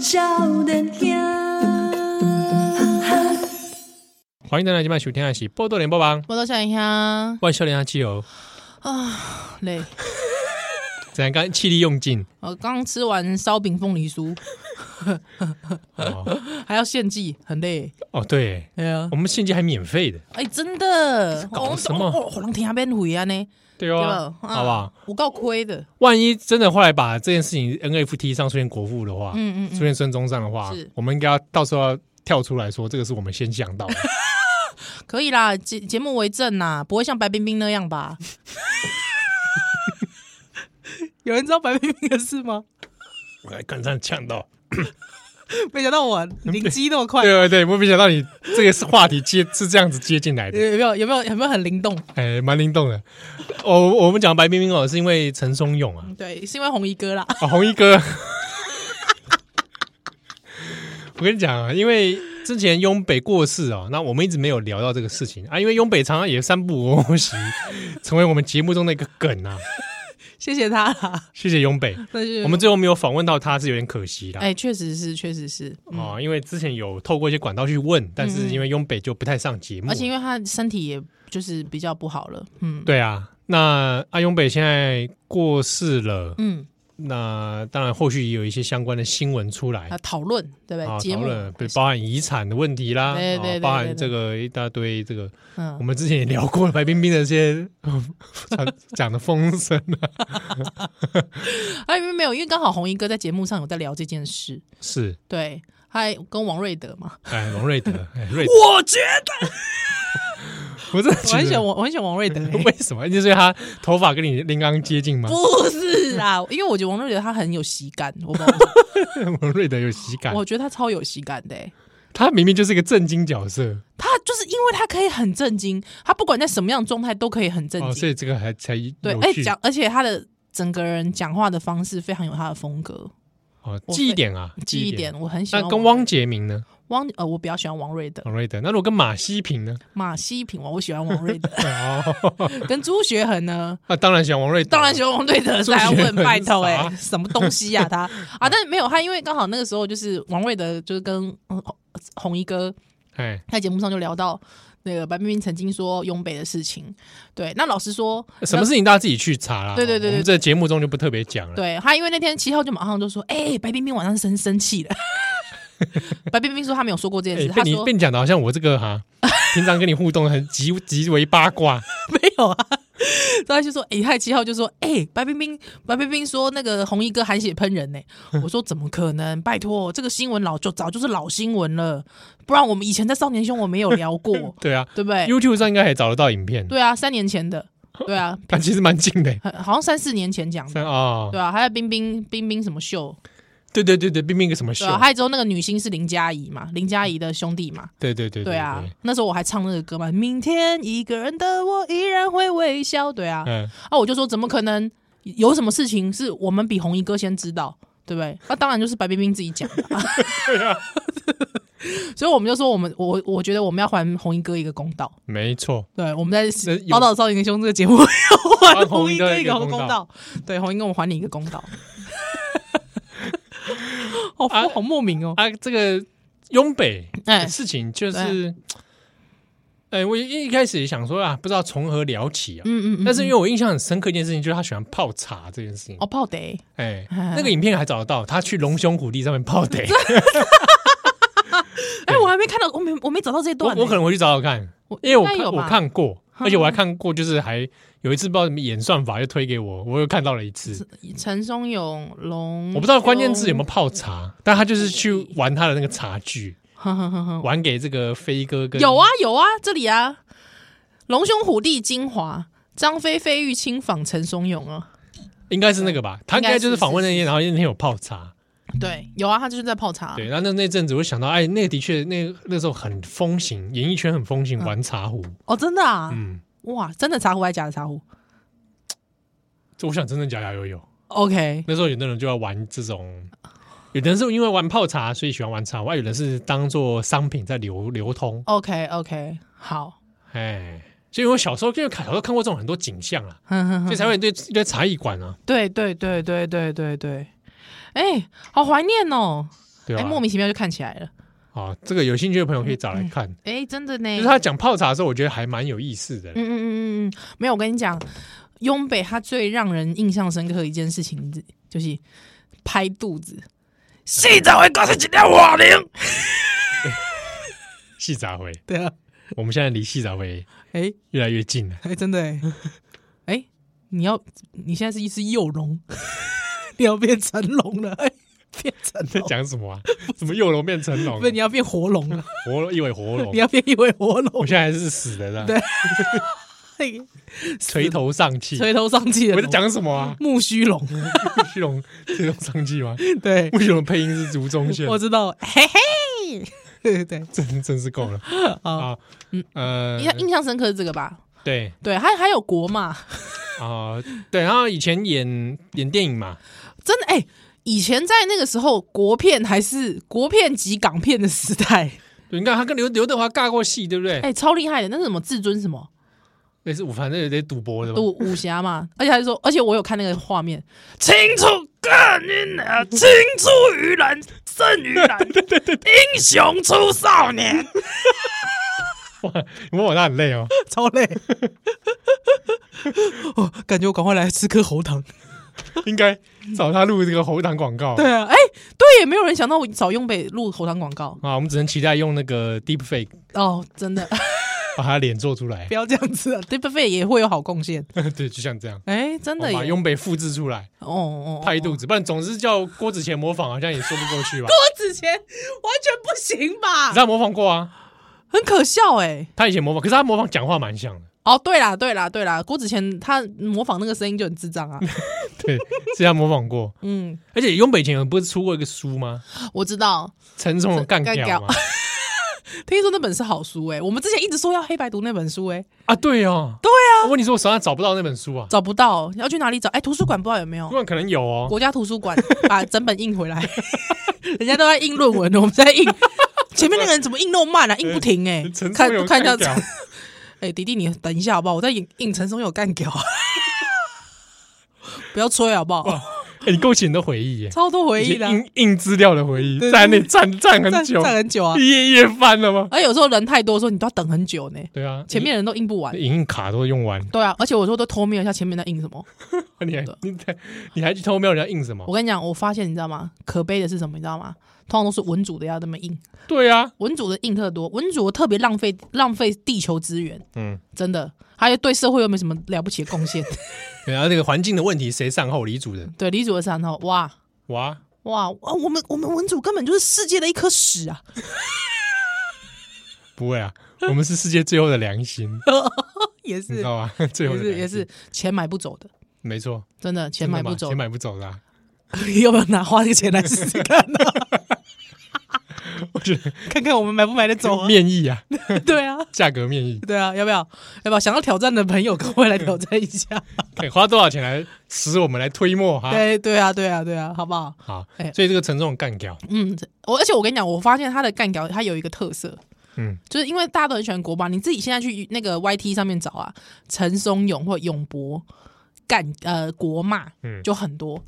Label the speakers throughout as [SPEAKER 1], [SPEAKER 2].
[SPEAKER 1] 少年兄。
[SPEAKER 2] 欢迎大家今晚收听的是《波多连播榜》，
[SPEAKER 3] 我都想一下啊，
[SPEAKER 2] 万笑连阿基友，
[SPEAKER 3] 累。
[SPEAKER 2] 怎样？刚气力用尽，
[SPEAKER 3] 我刚吃完烧饼凤梨酥，
[SPEAKER 2] 哦
[SPEAKER 3] 还要献祭，很累。
[SPEAKER 2] 哦，对，
[SPEAKER 3] 对啊
[SPEAKER 2] 我，们现金还免费的，
[SPEAKER 3] 哎，真的，哦
[SPEAKER 2] 搞什么
[SPEAKER 3] 我我能听下边回啊呢？
[SPEAKER 2] 对
[SPEAKER 3] 对
[SPEAKER 2] 哦
[SPEAKER 3] 吧，？啊
[SPEAKER 2] 好不好？？
[SPEAKER 3] 我够亏的，
[SPEAKER 2] 万一真的后来把这件事情 NFT 上出现国父的话，
[SPEAKER 3] 嗯嗯
[SPEAKER 2] 出现孙中山的话
[SPEAKER 3] 是，
[SPEAKER 2] 我们应该要到时候要跳出来说，这个是我们先想到的。
[SPEAKER 3] 可以啦，节节目为证呐，不会像白冰冰那样 吧？有人知道白冰冰的事吗？
[SPEAKER 2] 我来刚才呛到，
[SPEAKER 3] 没想到我灵机那么 快，
[SPEAKER 2] 对对对，我没想到你这个是话题接是这样子接进来的
[SPEAKER 3] 有，有没有有没有有没有很灵动？
[SPEAKER 2] 哎，蛮灵动的。哦，我们讲白冰冰哦，是因为陈松勇啊，
[SPEAKER 3] 对，是因为红衣哥啦。
[SPEAKER 2] 啊，红衣哥。 我跟你讲啊，因为之前雍北过世啊，那我们一直没有聊到这个事情啊，因为雍北常常也三不五时成为我们节目中的一个梗啊。
[SPEAKER 3] 谢谢他啦。
[SPEAKER 2] 谢谢雍北，
[SPEAKER 3] 但是
[SPEAKER 2] 我们最后没有访问到他是有点可惜啦。
[SPEAKER 3] 哎，确实是，确实是，嗯
[SPEAKER 2] 哦，因为之前有透过一些管道去问，但是因为雍北就不太上节目，
[SPEAKER 3] 而且因为他身体也就是比较不好了，嗯，
[SPEAKER 2] 对啊，那阿雍北现在过世了，
[SPEAKER 3] 嗯，
[SPEAKER 2] 那当然后续也有一些相关的新闻出来
[SPEAKER 3] 啊，讨论对不
[SPEAKER 2] 啊，
[SPEAKER 3] 对？节
[SPEAKER 2] 讨
[SPEAKER 3] 目
[SPEAKER 2] 论对包含遗产的问题啦，
[SPEAKER 3] 对对
[SPEAKER 2] 啊
[SPEAKER 3] 对
[SPEAKER 2] 包
[SPEAKER 3] 对
[SPEAKER 2] 含
[SPEAKER 3] 对
[SPEAKER 2] 这个一大堆这个，我
[SPEAKER 3] 嗯，
[SPEAKER 2] 们之前也聊过了白冰冰的这些 讲讲的风声啊，
[SPEAKER 3] 啊，因为没有，因为刚好红衣哥在节目上有在聊这件事，
[SPEAKER 2] 是
[SPEAKER 3] 对，还跟王瑞德 嘛，
[SPEAKER 2] 哎，王瑞德，哎，瑞德，
[SPEAKER 3] 我觉得
[SPEAKER 2] 我真的
[SPEAKER 3] 我很喜
[SPEAKER 2] 觉
[SPEAKER 3] 欢
[SPEAKER 2] 得
[SPEAKER 3] 王，我很喜欢王瑞德、欸
[SPEAKER 2] 为什么？就是因为他头发跟你刚刚接近吗？
[SPEAKER 3] 不是啊，因为我觉得王瑞德他很有喜感，我不 知道为什 么
[SPEAKER 2] 王瑞德有喜感，
[SPEAKER 3] 我觉得他超有喜感的、欸
[SPEAKER 2] 他明明就是一个正经角色
[SPEAKER 3] 他就是因为他可以很震惊，他不管在什么样的状态都可以很震
[SPEAKER 2] 哦，所
[SPEAKER 3] 惊，
[SPEAKER 2] 以这个还才有
[SPEAKER 3] 对，哎、
[SPEAKER 2] 趣
[SPEAKER 3] 讲，而且他的整个人讲话的方式非常有他的风格，
[SPEAKER 2] 哦，
[SPEAKER 3] 我
[SPEAKER 2] 记一点啊，
[SPEAKER 3] 记忆点。我很喜欢
[SPEAKER 2] 那
[SPEAKER 3] 王。
[SPEAKER 2] 跟汪杰明呢？
[SPEAKER 3] 汪呃，我比较喜欢王瑞德、
[SPEAKER 2] 王瑞德。那如果跟马西平 呢？，
[SPEAKER 3] 马西平，我喜欢王瑞德
[SPEAKER 2] 哦，
[SPEAKER 3] 跟朱学恒呢，
[SPEAKER 2] 那当然喜欢王瑞德，啊
[SPEAKER 3] 当然喜欢王瑞德，还要
[SPEAKER 2] 朱学恒
[SPEAKER 3] 问拜托哎、
[SPEAKER 2] 啥
[SPEAKER 3] 什么东西呀、他啊，但是没有他，因为刚好那个时候就是王瑞德就是跟、嗯红衣哥
[SPEAKER 2] 哎，
[SPEAKER 3] 在节目上就聊到那个白冰冰曾经说雍北的事情，对，那老实说，
[SPEAKER 2] 什么事情大家自己去查啦。
[SPEAKER 3] 对对对对
[SPEAKER 2] 我们这节目中就不特别讲了。
[SPEAKER 3] 对他因为那天七号就马上就说，哎、白冰冰晚上生生气了。白冰冰说他没有说过这件
[SPEAKER 2] 哎
[SPEAKER 3] 事，
[SPEAKER 2] 被
[SPEAKER 3] 他
[SPEAKER 2] 你
[SPEAKER 3] 说
[SPEAKER 2] 被你讲的好像我这个哈，平常跟你互动很极极为八卦，
[SPEAKER 3] 没有啊。然后他就说：“哎、欸，他七号就说，哎、白冰冰，白冰冰说那个红衣哥含血喷人呢、 我说：“怎么可能？拜托，这个新闻老就早就是老新闻了，不然我们以前在少年兄我没有聊 过，
[SPEAKER 2] 对啊
[SPEAKER 3] 对不对？
[SPEAKER 2] ，YouTube 上应该还找得到影片，
[SPEAKER 3] 对啊，三年前的，对啊，
[SPEAKER 2] 但其实蛮近的。
[SPEAKER 3] 很好像三四年前讲的，
[SPEAKER 2] 三哦，
[SPEAKER 3] 对啊，还有冰冰冰冰什么秀，
[SPEAKER 2] 对对对对，冰冰一个什么秀
[SPEAKER 3] 对？啊，还有之后那个女星是林嘉怡嘛，林嘉怡的兄弟嘛，
[SPEAKER 2] 对对对
[SPEAKER 3] 对啊，那时候我还唱那个歌嘛，明天一个人的我依然会微笑，对啊，
[SPEAKER 2] 嗯，
[SPEAKER 3] 啊，我就说怎么可能有什么事情是我们比红衣哥先知道，对不对？那、当然就是白冰冰自己讲的、啊。 所以我们就说，我们我我觉得我们要还红衣哥一个公道。
[SPEAKER 2] 没错，
[SPEAKER 3] 对，我们在
[SPEAKER 2] 那
[SPEAKER 3] 《
[SPEAKER 2] 有
[SPEAKER 3] 宝岛少年兄》这个节目 要还红衣哥一个
[SPEAKER 2] 还红衣哥一个公
[SPEAKER 3] 公
[SPEAKER 2] 道
[SPEAKER 3] 道。对，红衣哥，我们还你一个公 道。好好莫名哦，
[SPEAKER 2] 啊，这个雍北
[SPEAKER 3] 哎
[SPEAKER 2] 的事情就是，哎，我一一开始也想说啊，不知道从何聊起啊。
[SPEAKER 3] 嗯嗯嗯，
[SPEAKER 2] 但是因为我印象很深刻一件事情，就是他喜欢泡茶这件事情
[SPEAKER 3] 哦，。泡得
[SPEAKER 2] 哎，
[SPEAKER 3] 哎
[SPEAKER 2] 那个影片还找得到，他去龙兄虎弟上面泡得。
[SPEAKER 3] 哎，我还没看到，我没我没找到这
[SPEAKER 2] 我
[SPEAKER 3] 段呢，
[SPEAKER 2] 我可能回去找找看，
[SPEAKER 3] 我
[SPEAKER 2] 因为我
[SPEAKER 3] 应该
[SPEAKER 2] 看
[SPEAKER 3] 有
[SPEAKER 2] 我
[SPEAKER 3] 吧嗯
[SPEAKER 2] 看过，而且我还看过，就是还有一次不知道什么演算法就推给我，我又看到了一次。
[SPEAKER 3] 嗯陈松勇龙，
[SPEAKER 2] 我不知道关键 字有没有泡茶，但他就是去玩他的那个茶具，
[SPEAKER 3] 有
[SPEAKER 2] 玩给这个飞哥跟
[SPEAKER 3] 有啊有啊，这里啊，龙兄虎弟精华，张飞飞玉清访陈松勇啊，
[SPEAKER 2] 应该是那个吧？他应该就是访问那
[SPEAKER 3] 应
[SPEAKER 2] 天，然后那天有泡茶。
[SPEAKER 3] 对，有啊，他就是在泡茶，
[SPEAKER 2] 对，然后那那阵子我就想到，哎，那个的确，那那时候很风行，演艺圈很风行玩茶壶。
[SPEAKER 3] 哦，真的啊，
[SPEAKER 2] 嗯，
[SPEAKER 3] 哇，真的茶壶还是假的茶壶
[SPEAKER 2] 这我想真的假假有有。
[SPEAKER 3] ？OK，
[SPEAKER 2] 那时候有的人就要玩这种，有的人是因为玩泡茶所以喜欢玩茶壶，啊有的是当做商品在流流通。
[SPEAKER 3] OK OK，好，
[SPEAKER 2] 哎，所以我小时候因为看小时候看过这种很多景象啊，
[SPEAKER 3] 哼哼
[SPEAKER 2] 所以
[SPEAKER 3] 哼
[SPEAKER 2] 才会对一堆茶艺馆啊，
[SPEAKER 3] 对对对对对对对，哎、好怀念哦。
[SPEAKER 2] 对啊
[SPEAKER 3] 哎、
[SPEAKER 2] 吧？
[SPEAKER 3] 莫名其妙就看起来了，
[SPEAKER 2] 啊，这个有兴趣的朋友可以找来看。
[SPEAKER 3] 哎、真的呢，
[SPEAKER 2] 就是他讲泡茶的时候，我觉得还蛮有意思的
[SPEAKER 3] 嗯。嗯嗯嗯嗯，没有，我跟你讲，雍北他最让人印象深刻的一件事情就是拍肚子。细长会告诉今天我灵，
[SPEAKER 2] 戏杂回，
[SPEAKER 3] 对啊，
[SPEAKER 2] 我们现在离戏杂回
[SPEAKER 3] 哎、
[SPEAKER 2] 越来越近了。
[SPEAKER 3] 哎、真的哎、哎、你要你现在是一只幼龙， 你要变成龙了，哎、变成
[SPEAKER 2] 在讲什么啊？怎么又龙变成龙
[SPEAKER 3] 哦 不？是你要变活龙了，
[SPEAKER 2] 活一尾活龙
[SPEAKER 3] 你，要变一尾活龙
[SPEAKER 2] 我，现在还是死的呢
[SPEAKER 3] 对， 嘿
[SPEAKER 2] 垂头丧气。
[SPEAKER 3] 垂头丧气的
[SPEAKER 2] 我
[SPEAKER 3] 龙。？
[SPEAKER 2] 在讲什么啊
[SPEAKER 3] 木须龙，
[SPEAKER 2] 木须龙垂头丧气吗？
[SPEAKER 3] 对，
[SPEAKER 2] 木须龙的配音是吴宗宪，
[SPEAKER 3] 我知道，嘿嘿，对对对，
[SPEAKER 2] 真真是够了
[SPEAKER 3] 好，嗯
[SPEAKER 2] 啊！呃
[SPEAKER 3] 印，象印象深刻是这个吧？
[SPEAKER 2] 对
[SPEAKER 3] 对，还还有国骂，
[SPEAKER 2] 啊，对，然后以前演演电影嘛，
[SPEAKER 3] 真的哎、以前在那个时候，国片还是国片及港片的时代，
[SPEAKER 2] 对你看他跟刘刘德华尬过戏，对不对
[SPEAKER 3] 哎、？超厉害的。那是什么至尊什 么
[SPEAKER 2] 也是，反正有点赌博的嘛。
[SPEAKER 3] 武武侠嘛，而且还说，而且我有看那个画面，青出干你 娘，青出于蓝胜 于蓝，英雄出少年，
[SPEAKER 2] 你摸我那很累哦。
[SPEAKER 3] 超累。 哦，感觉我赶快来吃颗喉糖。
[SPEAKER 2] 应该找他录这个喉糖广告。
[SPEAKER 3] 对啊，哎、对耶，没有人想到我找用北录喉糖广告
[SPEAKER 2] 啊，我们只能期待用那个 deep fake
[SPEAKER 3] 哦，真的
[SPEAKER 2] 把他脸做出来
[SPEAKER 3] 不。要这样子啊，Deepfake 也会有好贡献。
[SPEAKER 2] 对，就像这样，
[SPEAKER 3] 哎、真的
[SPEAKER 2] 我把
[SPEAKER 3] 耶，
[SPEAKER 2] 雍北复制出来，
[SPEAKER 3] 哦哦，
[SPEAKER 2] 拍肚子，不然总是叫郭子乾模仿，好像也说不过 去吧？
[SPEAKER 3] 我之前完全不行吧
[SPEAKER 2] 可是，他模仿过啊，
[SPEAKER 3] 很可笑哎、
[SPEAKER 2] 他以前模仿，可是他模仿讲话蛮像的，
[SPEAKER 3] 哦，对啦，对啦，对啦，郭子乾他模仿那个声音就很智 障啊。
[SPEAKER 2] 对，是他模仿过。
[SPEAKER 3] 嗯，
[SPEAKER 2] 而且雍北以前不是出过一个书吗？
[SPEAKER 3] 我知道，
[SPEAKER 2] 陈松勇干
[SPEAKER 3] 干
[SPEAKER 2] 掉
[SPEAKER 3] 掉
[SPEAKER 2] 吗？
[SPEAKER 3] 听说那本是好书哎、我们之前一直说要黑白读那本书哎、
[SPEAKER 2] 啊，对哦，对啊。我问你说，我手上找不到那本书啊？
[SPEAKER 3] 找不到，要去哪里找？哎、图书馆不知道有没有
[SPEAKER 2] 不？然可能有哦。
[SPEAKER 3] 国家图 书馆把整本印回来， 人家都在印论文，我 们在印。前面那个人怎么印那么慢啊？印不停哎、
[SPEAKER 2] 陈
[SPEAKER 3] 看
[SPEAKER 2] 松勇
[SPEAKER 3] 看一下
[SPEAKER 2] 干，掉，
[SPEAKER 3] 哎、迪弟你等一下好不好？我在印印陈松勇 干掉，不要吹好不好？
[SPEAKER 2] 哎，你勾起你的回忆耶，
[SPEAKER 3] 超多回忆
[SPEAKER 2] 一
[SPEAKER 3] 的
[SPEAKER 2] 些
[SPEAKER 3] 啊、
[SPEAKER 2] 硬硬资料的回忆，
[SPEAKER 3] 对
[SPEAKER 2] 在那里站站很
[SPEAKER 3] 站
[SPEAKER 2] 久，
[SPEAKER 3] 站很 久啊，
[SPEAKER 2] 一页一页翻了吗？
[SPEAKER 3] 而且有时候人太多的时候，你都要等很久呢，
[SPEAKER 2] 对啊，
[SPEAKER 3] 前面人都印不完。
[SPEAKER 2] 影印卡都用完，
[SPEAKER 3] 对啊，而且我说都偷瞄一下前面在印什么。
[SPEAKER 2] 你还你还你还去偷瞄人家印什么？
[SPEAKER 3] 我跟你讲，我发现你知道吗？可悲的是什么？你知道吗？通常都是文组的要那么印，
[SPEAKER 2] 对啊，
[SPEAKER 3] 文组的印特多，文组的特别浪费浪费地球资源，
[SPEAKER 2] 嗯，
[SPEAKER 3] 真的。还有对社会又没什么了不起的贡献。
[SPEAKER 2] 然后啊那个环境的问题谁善后？李主任，
[SPEAKER 3] 对，李组的三号，哇
[SPEAKER 2] 哇，
[SPEAKER 3] 哇哇，我们我们文组根本就是世界的一颗屎啊！
[SPEAKER 2] 不会啊，我们是世界最后的良心，
[SPEAKER 3] 也
[SPEAKER 2] 你
[SPEAKER 3] 是
[SPEAKER 2] 知道吧？ 最后
[SPEAKER 3] 也
[SPEAKER 2] 的
[SPEAKER 3] 是
[SPEAKER 2] 良
[SPEAKER 3] 也
[SPEAKER 2] 心
[SPEAKER 3] 是，钱买不走的，
[SPEAKER 2] 没错，
[SPEAKER 3] 真的钱买不走
[SPEAKER 2] 钱。买不走的啊。
[SPEAKER 3] 要不要拿花这个钱来试试看呢、
[SPEAKER 2] 我觉得
[SPEAKER 3] 看看我们买不买得走啊？
[SPEAKER 2] 面议啊，
[SPEAKER 3] 对啊，
[SPEAKER 2] 价格面议，
[SPEAKER 3] 对啊，要不要？要不要？想要挑战的朋友，赶快来挑战一下。
[SPEAKER 2] 可以花多少钱来使我们来推磨哈？
[SPEAKER 3] 对对啊，对啊，对啊，好不好？
[SPEAKER 2] 好
[SPEAKER 3] 哎，
[SPEAKER 2] 所以这个沉重的干掉，
[SPEAKER 3] 嗯，这我而且我跟你讲，我发现他的干掉他有一个特色，
[SPEAKER 2] 嗯，
[SPEAKER 3] 就是因为大家都很喜欢国骂，你自己现在去那个 YT 上面找啊，陈松勇或永博干呃国骂，
[SPEAKER 2] 嗯
[SPEAKER 3] 就很多。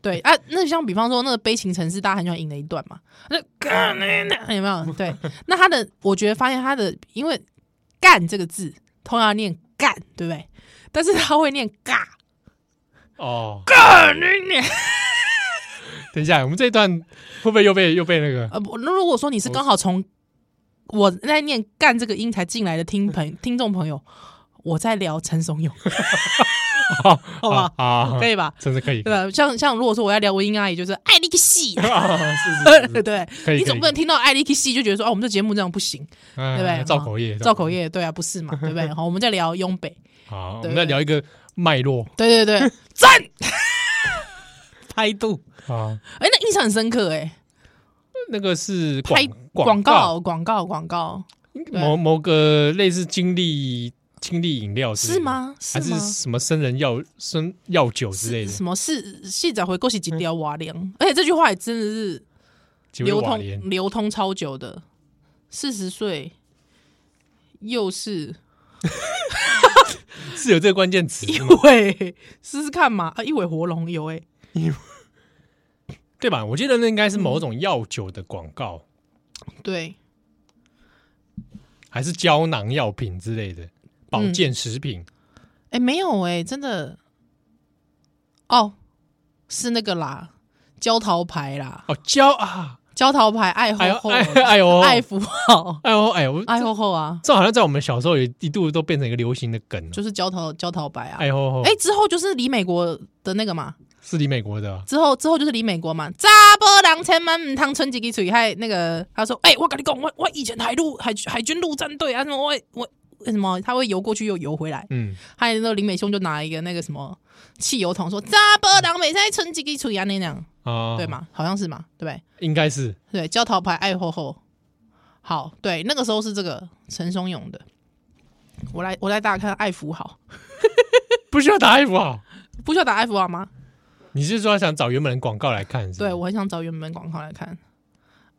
[SPEAKER 3] 对啊，那像比方说那个《悲情城市》，大家很喜欢引的一段嘛，那干你娘有没有？对，那他的我觉得发现他的，因为“干”这个字通常念“干”，对不对？但是他会念“尬
[SPEAKER 2] 哦”，。
[SPEAKER 3] 干你娘！
[SPEAKER 2] 等一下，我们这一段会不会又被又被那个？
[SPEAKER 3] 呃，不，那如果说你是刚好从我在念“干”这个音才进来的听朋听众朋友，我在聊陈 松勇，
[SPEAKER 2] 好
[SPEAKER 3] 好吧
[SPEAKER 2] 好，
[SPEAKER 3] 可以吧？
[SPEAKER 2] 真的可以，，
[SPEAKER 3] 对吧？像像如果说我要聊文英阿姨，就是爱你个戏
[SPEAKER 2] 啊，是是是
[SPEAKER 3] 对对，
[SPEAKER 2] 可以，
[SPEAKER 3] 呃你总不
[SPEAKER 2] 可以
[SPEAKER 3] 能听到爱你个戏就觉得说哦，我们这节目这样不行，
[SPEAKER 2] 嗯
[SPEAKER 3] 对不对
[SPEAKER 2] 造口业，
[SPEAKER 3] 造口业，对啊，不是嘛，对 不对？好，我们在聊雍北，
[SPEAKER 2] 好，我
[SPEAKER 3] 对
[SPEAKER 2] 们再聊一个脉络
[SPEAKER 3] 对对哎对，赞，拍肚，
[SPEAKER 2] 啊，
[SPEAKER 3] 哎，那印象很深刻，哎，
[SPEAKER 2] 那个是广
[SPEAKER 3] 拍广告广告广告
[SPEAKER 2] 某某个类似精力精力饮料之类
[SPEAKER 3] 是
[SPEAKER 2] 的？
[SPEAKER 3] 吗？
[SPEAKER 2] 还是
[SPEAKER 3] 吗？
[SPEAKER 2] 什么生人药生药酒之类的？嗯
[SPEAKER 3] 什么是细仔回过去几条瓦梁？而且这句话也真的是
[SPEAKER 2] 几位
[SPEAKER 3] 流
[SPEAKER 2] 瓦莲
[SPEAKER 3] 通流通超久的，四十岁 又是
[SPEAKER 2] 是有这个关键词
[SPEAKER 3] 一
[SPEAKER 2] 是吗
[SPEAKER 3] 欸尾，试试看嘛啊！一尾活龙有哎、
[SPEAKER 2] 对吧？我记得那应该是某种药酒的广告，
[SPEAKER 3] 对，
[SPEAKER 2] 还是胶囊药品之类
[SPEAKER 3] 嗯
[SPEAKER 2] 的保健食品。
[SPEAKER 3] 哎，没有哎、真的，哦，是那个啦，胶桃牌啦，
[SPEAKER 2] 哦，胶啊，
[SPEAKER 3] 胶桃牌爱
[SPEAKER 2] 哎呦
[SPEAKER 3] 厚厚，
[SPEAKER 2] 哎哎呦
[SPEAKER 3] 爱符号，
[SPEAKER 2] 哎呦哎呦，
[SPEAKER 3] 爱厚厚哦啊，
[SPEAKER 2] 这好像在我们小时候也一度都变成一个流行的梗了。
[SPEAKER 3] 就是胶桃胶桃白啊。
[SPEAKER 2] 哎呦，
[SPEAKER 3] 哎、之后就是离美国的那个嘛，
[SPEAKER 2] 是你美国的啊
[SPEAKER 3] 之后之后就是离美国嘛。查波人千万唔通存几支嘴，还那个他说，哎、我跟你讲，我我以前海陆海海军陆战队啊，什么我我什么他会游过去又游回来。
[SPEAKER 2] 嗯，
[SPEAKER 3] 还有那个林美兄就拿一个那个什么汽油桶说，查波人每在存几支嘴啊那样，
[SPEAKER 2] 啊，
[SPEAKER 3] 对？吗？好像是嘛，对不对？
[SPEAKER 2] 应该是
[SPEAKER 3] 对，教桃牌爱厚厚。好，对，那个时候是这个陈松勇的。我来，我来打看爱福好，
[SPEAKER 2] 不需要打 F 啊？
[SPEAKER 3] 不需要打爱福好吗？
[SPEAKER 2] 你是说想找原本的广告来看是不是？
[SPEAKER 3] 对，我很想找原本广告来看，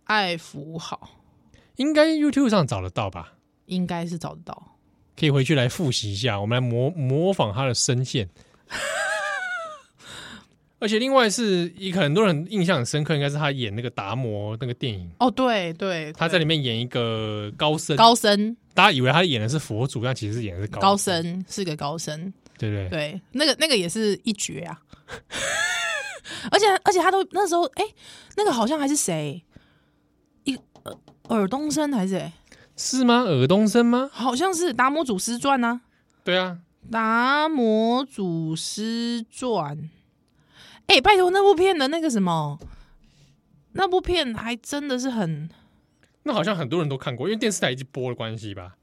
[SPEAKER 3] 爱福好
[SPEAKER 2] 应该 YouTube 上找得到吧？
[SPEAKER 3] 应该是找得到。
[SPEAKER 2] 可以回去来复习一下，我们来模模仿他的声线。 而且另外是一个很多人印象很深刻，应该是他演那个达摩那个电影，
[SPEAKER 3] 哦，对对，
[SPEAKER 2] 他在
[SPEAKER 3] 对
[SPEAKER 2] 里面演一个高僧，
[SPEAKER 3] 高僧，
[SPEAKER 2] 大家以为他演的是佛祖，但其实演的是高
[SPEAKER 3] 高，僧是个高僧，
[SPEAKER 2] 对不对？
[SPEAKER 3] 对，那个那个也是一绝啊。 而且而且他都那时候，哎、那个好像还是谁，一呃尔东升还是谁，
[SPEAKER 2] 是吗？尔东升吗？
[SPEAKER 3] 好像是《达摩祖师传》呐，
[SPEAKER 2] 对啊，
[SPEAKER 3] 《达摩祖师传》哎、拜托那部片的那个什么，那部片还真的是很
[SPEAKER 2] 那好像很多人都看过，因为电视台一直播的关系吧。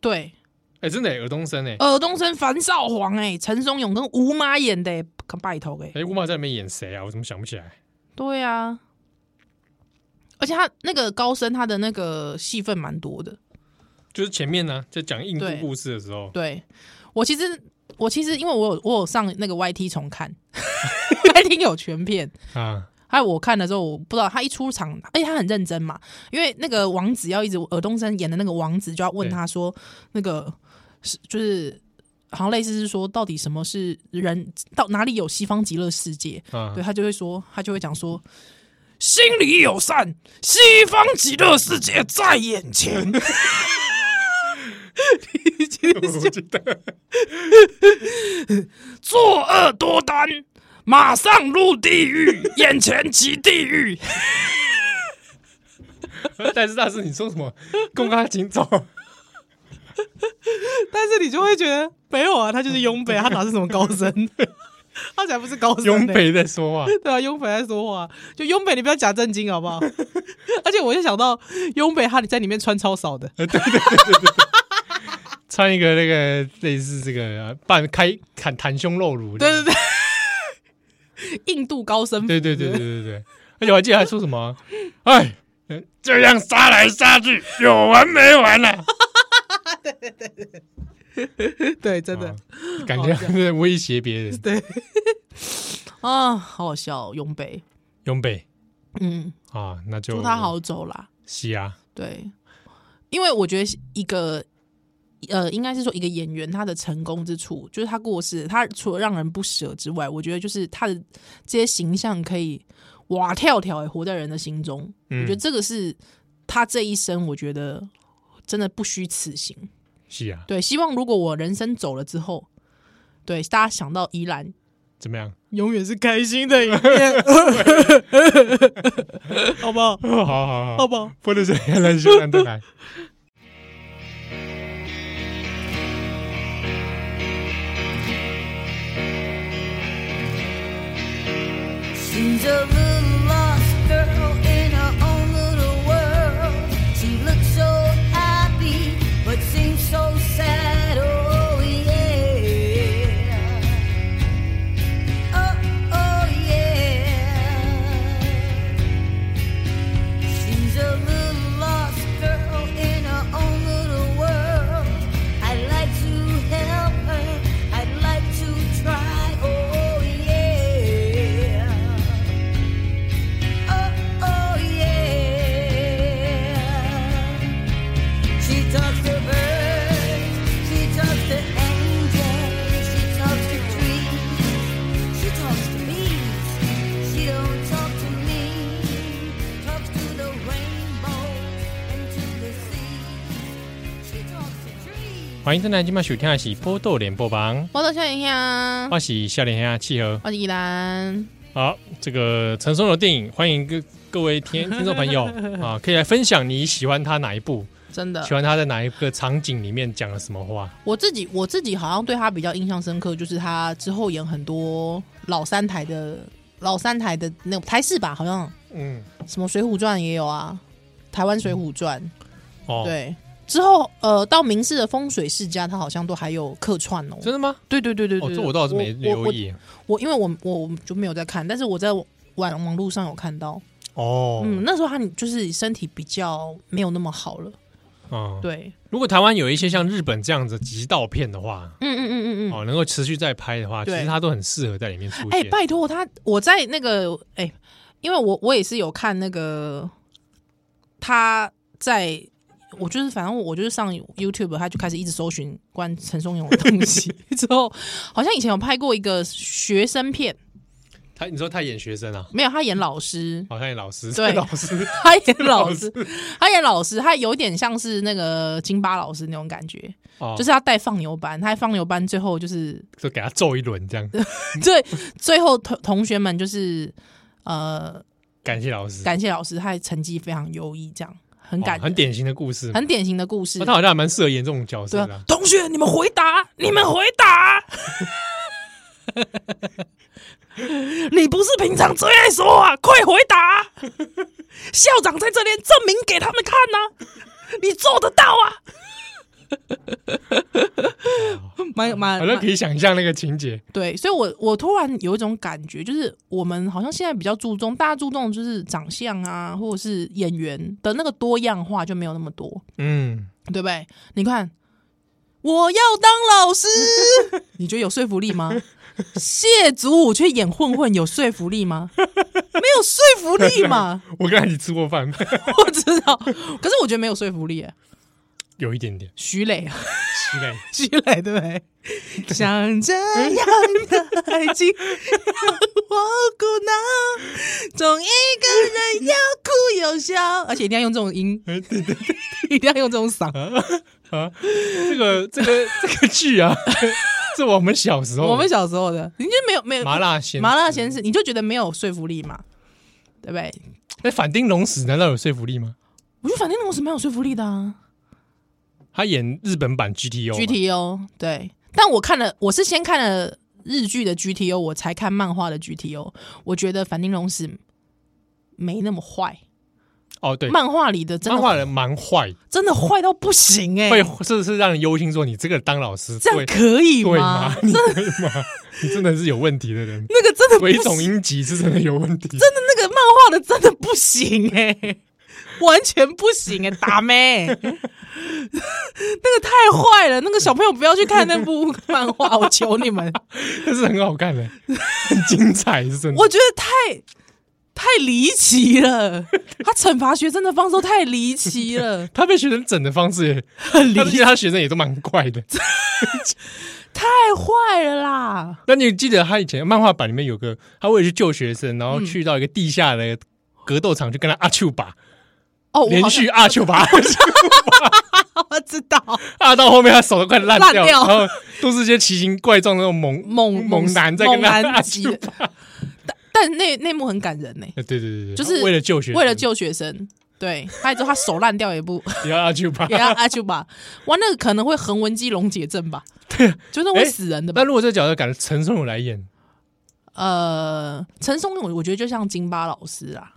[SPEAKER 3] 对。
[SPEAKER 2] 哎、真的、欸，尔东升哎、欸，
[SPEAKER 3] 尔呃东升、樊少皇、哎，陈松勇跟吴妈演的、哎拜托哎、
[SPEAKER 2] 哎、欸，乌马在里面演谁啊？我怎么想不起来？
[SPEAKER 3] 对啊，而且他那个高升，他的那个戏份蛮多的。
[SPEAKER 2] 就是前面呢、在讲印度
[SPEAKER 3] 对
[SPEAKER 2] 故事的时候，
[SPEAKER 3] 对我其实我其实因为我有我有上那个 YT 重看 ，YT 有全片，
[SPEAKER 2] 啊，
[SPEAKER 3] 还有我看的时候，我不知道他一出场，而且他很认真嘛，因为那个王子要一直尔东升演的那个王子就要问他说，那个是就是好像类似是说到底什么是人，到哪里有西方极乐世界？
[SPEAKER 2] 啊
[SPEAKER 3] 对他就会说，他就会讲说。心里有善，西方极乐世界在眼前。你今
[SPEAKER 2] 我
[SPEAKER 3] 天
[SPEAKER 2] 记得，
[SPEAKER 3] 作恶多端，马上入地狱，眼前即地狱。
[SPEAKER 2] 但是大师，你说什 么？公开请走，
[SPEAKER 3] 但是你就会觉得没有啊，他就是雍北，他哪是什么高 僧？他才不是高僧、欸。
[SPEAKER 2] 雍北在说话。
[SPEAKER 3] 对啊，雍北在说话，就雍北，你不要假正经好不 好？而且我就想到雍北，他在里面穿超 少的，
[SPEAKER 2] 穿一个那个类似这个呃半开袒袒胸露乳，
[SPEAKER 3] 对对对，印度高僧。
[SPEAKER 2] 对对对对对对，而且我还记得还说什么， 哎，呃这样杀来杀去有完没完呢、啊？
[SPEAKER 3] 对，真的
[SPEAKER 2] 啊感觉是威胁别人。
[SPEAKER 3] 啊，好好笑、哦，雍北，
[SPEAKER 2] 雍北
[SPEAKER 3] 嗯，
[SPEAKER 2] 啊，那就
[SPEAKER 3] 祝他好走啦。
[SPEAKER 2] 西啊，
[SPEAKER 3] 对，因为我觉得一个呃，应该是说一个演员他的成功之处，就是他过世，他除了让人不舍之外，我觉得就是他的这些形象可以哇跳跳也活在人的心中。我
[SPEAKER 2] 嗯
[SPEAKER 3] 觉得，这个是他这一生，我觉得真的不虚此行。
[SPEAKER 2] 西啊，
[SPEAKER 3] 对，希望如果我人生走了之后，对大家想到宜兰。
[SPEAKER 2] 怎么样？
[SPEAKER 3] 永远是开心的 一面，好不好？
[SPEAKER 2] 哦，好好
[SPEAKER 3] 好
[SPEAKER 2] 好，
[SPEAKER 3] 不好？
[SPEAKER 2] 不能这样来修难得来。
[SPEAKER 1] She's a little lost girl in her own little world. She looks so happy, but seems so sad. Oh, yeah. Oh, oh, yeah. She's a little lost girl in her own little world. I'd like to help her. I'd like to try. Oh, yeah.
[SPEAKER 2] 欢迎再来今晚收听的是波豆脸播榜，
[SPEAKER 3] 我的笑脸呀，
[SPEAKER 2] 我是笑脸虾契合。
[SPEAKER 3] 我是依兰，
[SPEAKER 2] 啊好，这个陈松勇的电影，欢迎各各位听听众朋 友啊，可以来分享你喜欢他哪一部，
[SPEAKER 3] 真的
[SPEAKER 2] 喜，欢他在哪一个场景里面讲了什么话。
[SPEAKER 3] 我自己我自己好像对他比较印象深刻，就是他之后演很多老三台的老三台的那种台式吧，好像
[SPEAKER 2] 嗯，
[SPEAKER 3] 什么《水浒传》也有啊，台湾《水浒传》
[SPEAKER 2] 哦，，
[SPEAKER 3] 对。之后，呃，到明治的风水世家，他好像都还有客串哦。
[SPEAKER 2] 真的吗？
[SPEAKER 3] 对对对对
[SPEAKER 2] 哦，
[SPEAKER 3] 对，
[SPEAKER 2] 这我倒是没
[SPEAKER 3] 我
[SPEAKER 2] 留
[SPEAKER 3] 我
[SPEAKER 2] 意。
[SPEAKER 3] 我因为我我我就没有在看，但是我在网网络上有看到，
[SPEAKER 2] 哦，
[SPEAKER 3] 嗯，那时候他就是身体比较没有那么好了，
[SPEAKER 2] 嗯，
[SPEAKER 3] 对，
[SPEAKER 2] 如果台湾有一些像日本这样子极道片的话，
[SPEAKER 3] 嗯嗯嗯嗯嗯，
[SPEAKER 2] 哦，能够持续再拍的话，其
[SPEAKER 3] 对
[SPEAKER 2] 实它都很适合在里面出
[SPEAKER 3] 哎、
[SPEAKER 2] 现。
[SPEAKER 3] 拜托他，我在那个哎、因为我我也是有看那个他在。我就是，反正我就是上 YouTube，他就开始一直搜寻关陈松勇的东西。 之后，好像以前有拍过一个学生片，
[SPEAKER 2] 他你说他演学生啊，
[SPEAKER 3] 没有他演老师，
[SPEAKER 2] 好像演老师，
[SPEAKER 3] 对
[SPEAKER 2] 老师，
[SPEAKER 3] 他演老师，他演老师，他有点像是那个金巴老师那种感觉，
[SPEAKER 2] 哦，
[SPEAKER 3] 就是他带放牛班，他在放牛班最后就是
[SPEAKER 2] 就给他揍一轮这样。
[SPEAKER 3] 最最后同同学们就是呃
[SPEAKER 2] 感谢老师，
[SPEAKER 3] 感谢老师，他成绩非常优异，这样很
[SPEAKER 2] 哦
[SPEAKER 3] 感人、
[SPEAKER 2] 很典型的故事，哦
[SPEAKER 3] 很典型的故事
[SPEAKER 2] 那。他好像还蛮适合演这种角
[SPEAKER 3] 对
[SPEAKER 2] 色的
[SPEAKER 3] 啊
[SPEAKER 2] 啊，，
[SPEAKER 3] 同学，你们回答，你们回 答。你不是平常最爱说话，快回答！校长在这边证明给他们看呐、你做得到啊！蛮
[SPEAKER 2] 哦
[SPEAKER 3] 蛮
[SPEAKER 2] 好像可以想象那个情节。
[SPEAKER 3] 对，所以我我突然有一种感觉，就是我们好像现在比较注重，大家注重就是长相啊，或者是演员的那个多样化就没有那么多，
[SPEAKER 2] 嗯，
[SPEAKER 3] 对不对？你看，我要当老师，你觉得有说服力吗？谢祖武去演混混有说服力吗？没有说服力嘛，
[SPEAKER 2] 我跟他一起吃过饭，
[SPEAKER 3] 我知道，可是我觉得没有说服力耶。
[SPEAKER 2] 有一点点
[SPEAKER 3] 徐磊啊，
[SPEAKER 2] 期待。
[SPEAKER 3] 徐磊对不对？像这样的爱情让我苦恼，总一个人要哭又笑，而且一定要用这种音，
[SPEAKER 2] 呃 对对对
[SPEAKER 3] 一定要用这种嗓。
[SPEAKER 2] 啊，这个这个 这个剧啊，是我们小时候，
[SPEAKER 3] 我们小时候的，你就没有没有
[SPEAKER 2] 哦麻辣鲜
[SPEAKER 3] 麻辣鲜师，你就觉得没有说服力嘛，对不对？
[SPEAKER 2] 那哎反町隆史难道有说服力吗？
[SPEAKER 3] 我觉得反正我是蛮有说服力的啊
[SPEAKER 2] 他演日本版 GTO 嘛
[SPEAKER 3] ，GTO 对，但我看了，我是先看了日剧的 GTO，我才看漫画的 GTO，我觉得反町隆史没那么坏。
[SPEAKER 2] 哦，对，
[SPEAKER 3] 漫画里的真
[SPEAKER 2] 漫画
[SPEAKER 3] 的
[SPEAKER 2] 人蛮坏，
[SPEAKER 3] 真的坏到不行哎、
[SPEAKER 2] 会这是让人忧心，说你这个当老师
[SPEAKER 3] 这
[SPEAKER 2] 对
[SPEAKER 3] 样可以
[SPEAKER 2] 对
[SPEAKER 3] 吗
[SPEAKER 2] 吗？？你对吗？你真的是有问题的人，
[SPEAKER 3] 那个真的不
[SPEAKER 2] 鬼
[SPEAKER 3] 行，
[SPEAKER 2] 冢
[SPEAKER 3] 真
[SPEAKER 2] 英吉是真的有问题，
[SPEAKER 3] 的那个漫画的真的不行哎、完全不行哎、打妹， 那个太坏了，那个小朋友不要去看那 部漫画，我求你们，
[SPEAKER 2] 但是很好看的，很精彩，是真的。
[SPEAKER 3] 我觉得太。太离奇了，他惩罚学生的方式都太离奇了，
[SPEAKER 2] 他被学生整的方式也
[SPEAKER 3] 很
[SPEAKER 2] 他
[SPEAKER 3] 离
[SPEAKER 2] 其实他学生也都蛮怪的。
[SPEAKER 3] 太坏了啦！
[SPEAKER 2] 那你记得他以前漫画版里面有个，他为了去救学生，然后
[SPEAKER 3] 嗯
[SPEAKER 2] 去到一个地下的格斗场去跟他阿丘吧，
[SPEAKER 3] 哦，我
[SPEAKER 2] 连
[SPEAKER 3] 好像
[SPEAKER 2] 续阿丘 吧，
[SPEAKER 3] 我知道，
[SPEAKER 2] 阿到后面他手都快烂掉，
[SPEAKER 3] 烂
[SPEAKER 2] 然
[SPEAKER 3] 掉
[SPEAKER 2] 后都是一些奇形怪状的那种猛
[SPEAKER 3] 猛
[SPEAKER 2] 猛男在跟他
[SPEAKER 3] 猛
[SPEAKER 2] 阿
[SPEAKER 3] 男级
[SPEAKER 2] 丘
[SPEAKER 3] 的
[SPEAKER 2] 吧。
[SPEAKER 3] 但那那幕很感人欸呢、
[SPEAKER 2] 对对对对，
[SPEAKER 3] 就是
[SPEAKER 2] 为了救学生，
[SPEAKER 3] 为了救学生，对，还有之后他手烂掉也不。
[SPEAKER 2] 也要阿丘吧
[SPEAKER 3] 也要阿丘吧，哇，那个可能会横纹肌溶解症吧，对，就那种会死人的 吧。
[SPEAKER 2] 那如果这个角色改成陈松勇来演
[SPEAKER 3] 呃，陈松勇我觉得就像金巴老师啦，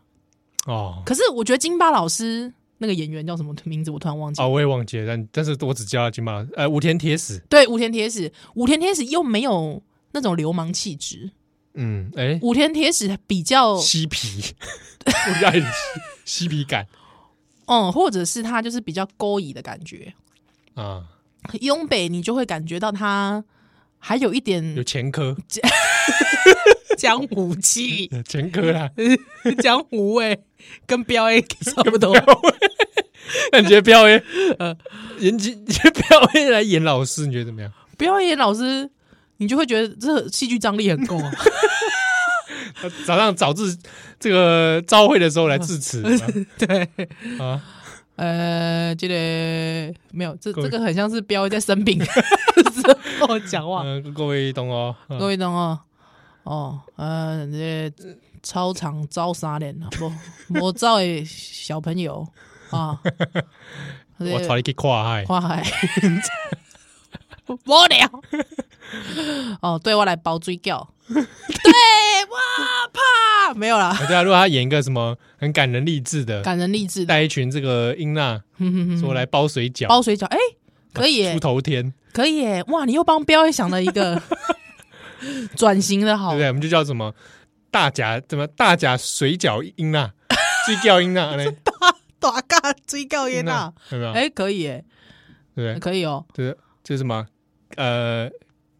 [SPEAKER 2] 哦
[SPEAKER 3] 可是我觉得金巴老师那个演员叫什么名字，我突然忘记。
[SPEAKER 2] 哦，我也忘记了，但但是我只叫他金马老呃武田铁矢，
[SPEAKER 3] 对，武田铁矢，武田铁矢又没有那种流氓气质，
[SPEAKER 2] 嗯，哎，
[SPEAKER 3] 武田铁矢比较，
[SPEAKER 2] 嬉皮，我比较很嬉嬉皮感
[SPEAKER 3] 嗯，或者是他就是比较勾引的感觉。
[SPEAKER 2] 啊，
[SPEAKER 3] 雍北你就会感觉到他还有一
[SPEAKER 2] 有
[SPEAKER 3] 点
[SPEAKER 2] 前科，
[SPEAKER 3] 江湖气。
[SPEAKER 2] 有前科啦。
[SPEAKER 3] 江湖味、跟标 A 差不多。
[SPEAKER 2] 那你觉得彪威，
[SPEAKER 3] 呃
[SPEAKER 2] 演技，你觉得彪威来演老师，你觉得怎么样？
[SPEAKER 3] 标 A 老师，你就会觉得这戏剧张力很 够啊。
[SPEAKER 2] 他 早上早自这个朝会的时候来致辞
[SPEAKER 3] 对，
[SPEAKER 2] 啊，
[SPEAKER 3] 呃，这个没有，这
[SPEAKER 2] 各位
[SPEAKER 3] 这个很像是标在 生病的时候讲话。
[SPEAKER 2] 嗯、各位懂哦，嗯
[SPEAKER 3] 各位懂哦，哦，呃，这操场招啥人啊？不，我招诶小朋友 啊，
[SPEAKER 2] 我操，你去跨海，
[SPEAKER 3] 花海，无聊。哦，对我来包追 叫，对我怕没有啦，
[SPEAKER 2] 啊对啊，如果他演一个什么很感人励志的，
[SPEAKER 3] 感人励志的，
[SPEAKER 2] 带一群这个英 娜说来包水饺，
[SPEAKER 3] 包水饺，哎、可以、
[SPEAKER 2] 出
[SPEAKER 3] 耶，
[SPEAKER 2] 头天，
[SPEAKER 3] 可以、耶，哇，你又帮彪也想了一 个转型的
[SPEAKER 2] 对
[SPEAKER 3] 好
[SPEAKER 2] 不，对？我们就叫什么大甲怎么大甲水饺英 娜，最吊英娜嘞，
[SPEAKER 3] 大咖追叫
[SPEAKER 2] 英
[SPEAKER 3] 烟
[SPEAKER 2] 娜
[SPEAKER 3] 啊，
[SPEAKER 2] 有没有？
[SPEAKER 3] 哎、可以、耶，
[SPEAKER 2] 对不对？
[SPEAKER 3] 可以哦、
[SPEAKER 2] 就是就是什么呃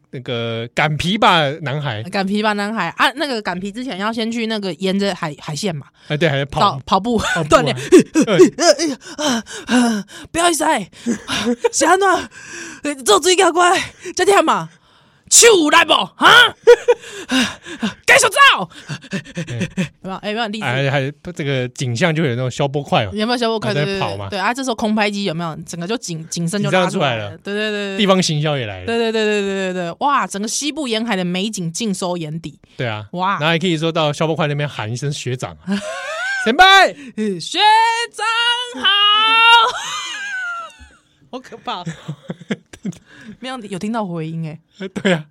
[SPEAKER 2] 那个擀皮吧男孩，
[SPEAKER 3] 擀皮吧，男孩啊，那个擀皮之前要先去那个沿着海海线嘛，
[SPEAKER 2] 哎对，还有
[SPEAKER 3] 跑
[SPEAKER 2] 跑
[SPEAKER 3] 跑步
[SPEAKER 2] 跑步
[SPEAKER 3] 锻
[SPEAKER 2] 啊
[SPEAKER 3] 炼。
[SPEAKER 2] 对
[SPEAKER 3] 呃 哎呀啊啊！不要意思， 是安怎？ 哎做水饺乖，这忝嘛？手有力无哈？ 继续 走。有没有？哎，有没有励志？
[SPEAKER 2] 哎，还有这个景象就有那种消波块嘛，哦
[SPEAKER 3] 有没有小波快？
[SPEAKER 2] 还在
[SPEAKER 3] 对对
[SPEAKER 2] 跑
[SPEAKER 3] 对
[SPEAKER 2] 嘛
[SPEAKER 3] 对啊！这时候空拍机有没有？整个就紧紧身就
[SPEAKER 2] 紧张
[SPEAKER 3] 拉
[SPEAKER 2] 出来
[SPEAKER 3] 来
[SPEAKER 2] 了
[SPEAKER 3] 了。对对对
[SPEAKER 2] 地
[SPEAKER 3] 对
[SPEAKER 2] 方行销也来了，
[SPEAKER 3] 对对对对对对对！哇，整个西部沿海的美景尽收眼底。
[SPEAKER 2] 对啊，
[SPEAKER 3] 哇
[SPEAKER 2] 然后还可以说到消波块那边喊一声学长 啊，前辈，
[SPEAKER 3] 学长好，好可怕！没有有听到回音哎、
[SPEAKER 2] 对啊，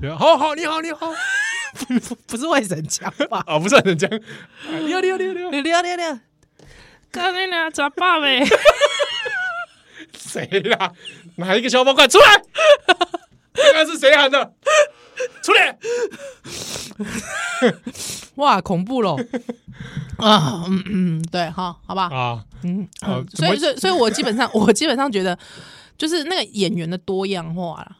[SPEAKER 2] 对啊好好你好你好，
[SPEAKER 3] 不不是外省腔吧？
[SPEAKER 2] 啊不是很讲，你好你好你好你好，
[SPEAKER 3] 六六六六，刚才俩咋办嘞？
[SPEAKER 2] 谁啦？哪一个消波块 出来？刚刚是谁喊的？出来！
[SPEAKER 3] 哇，恐怖咯！啊，嗯嗯，对，好，好吧，
[SPEAKER 2] 啊，
[SPEAKER 3] 嗯，
[SPEAKER 2] 好
[SPEAKER 3] 所以
[SPEAKER 2] 怎
[SPEAKER 3] 所以所以我基本上我基本上觉得，就是那个演员的多样化啦，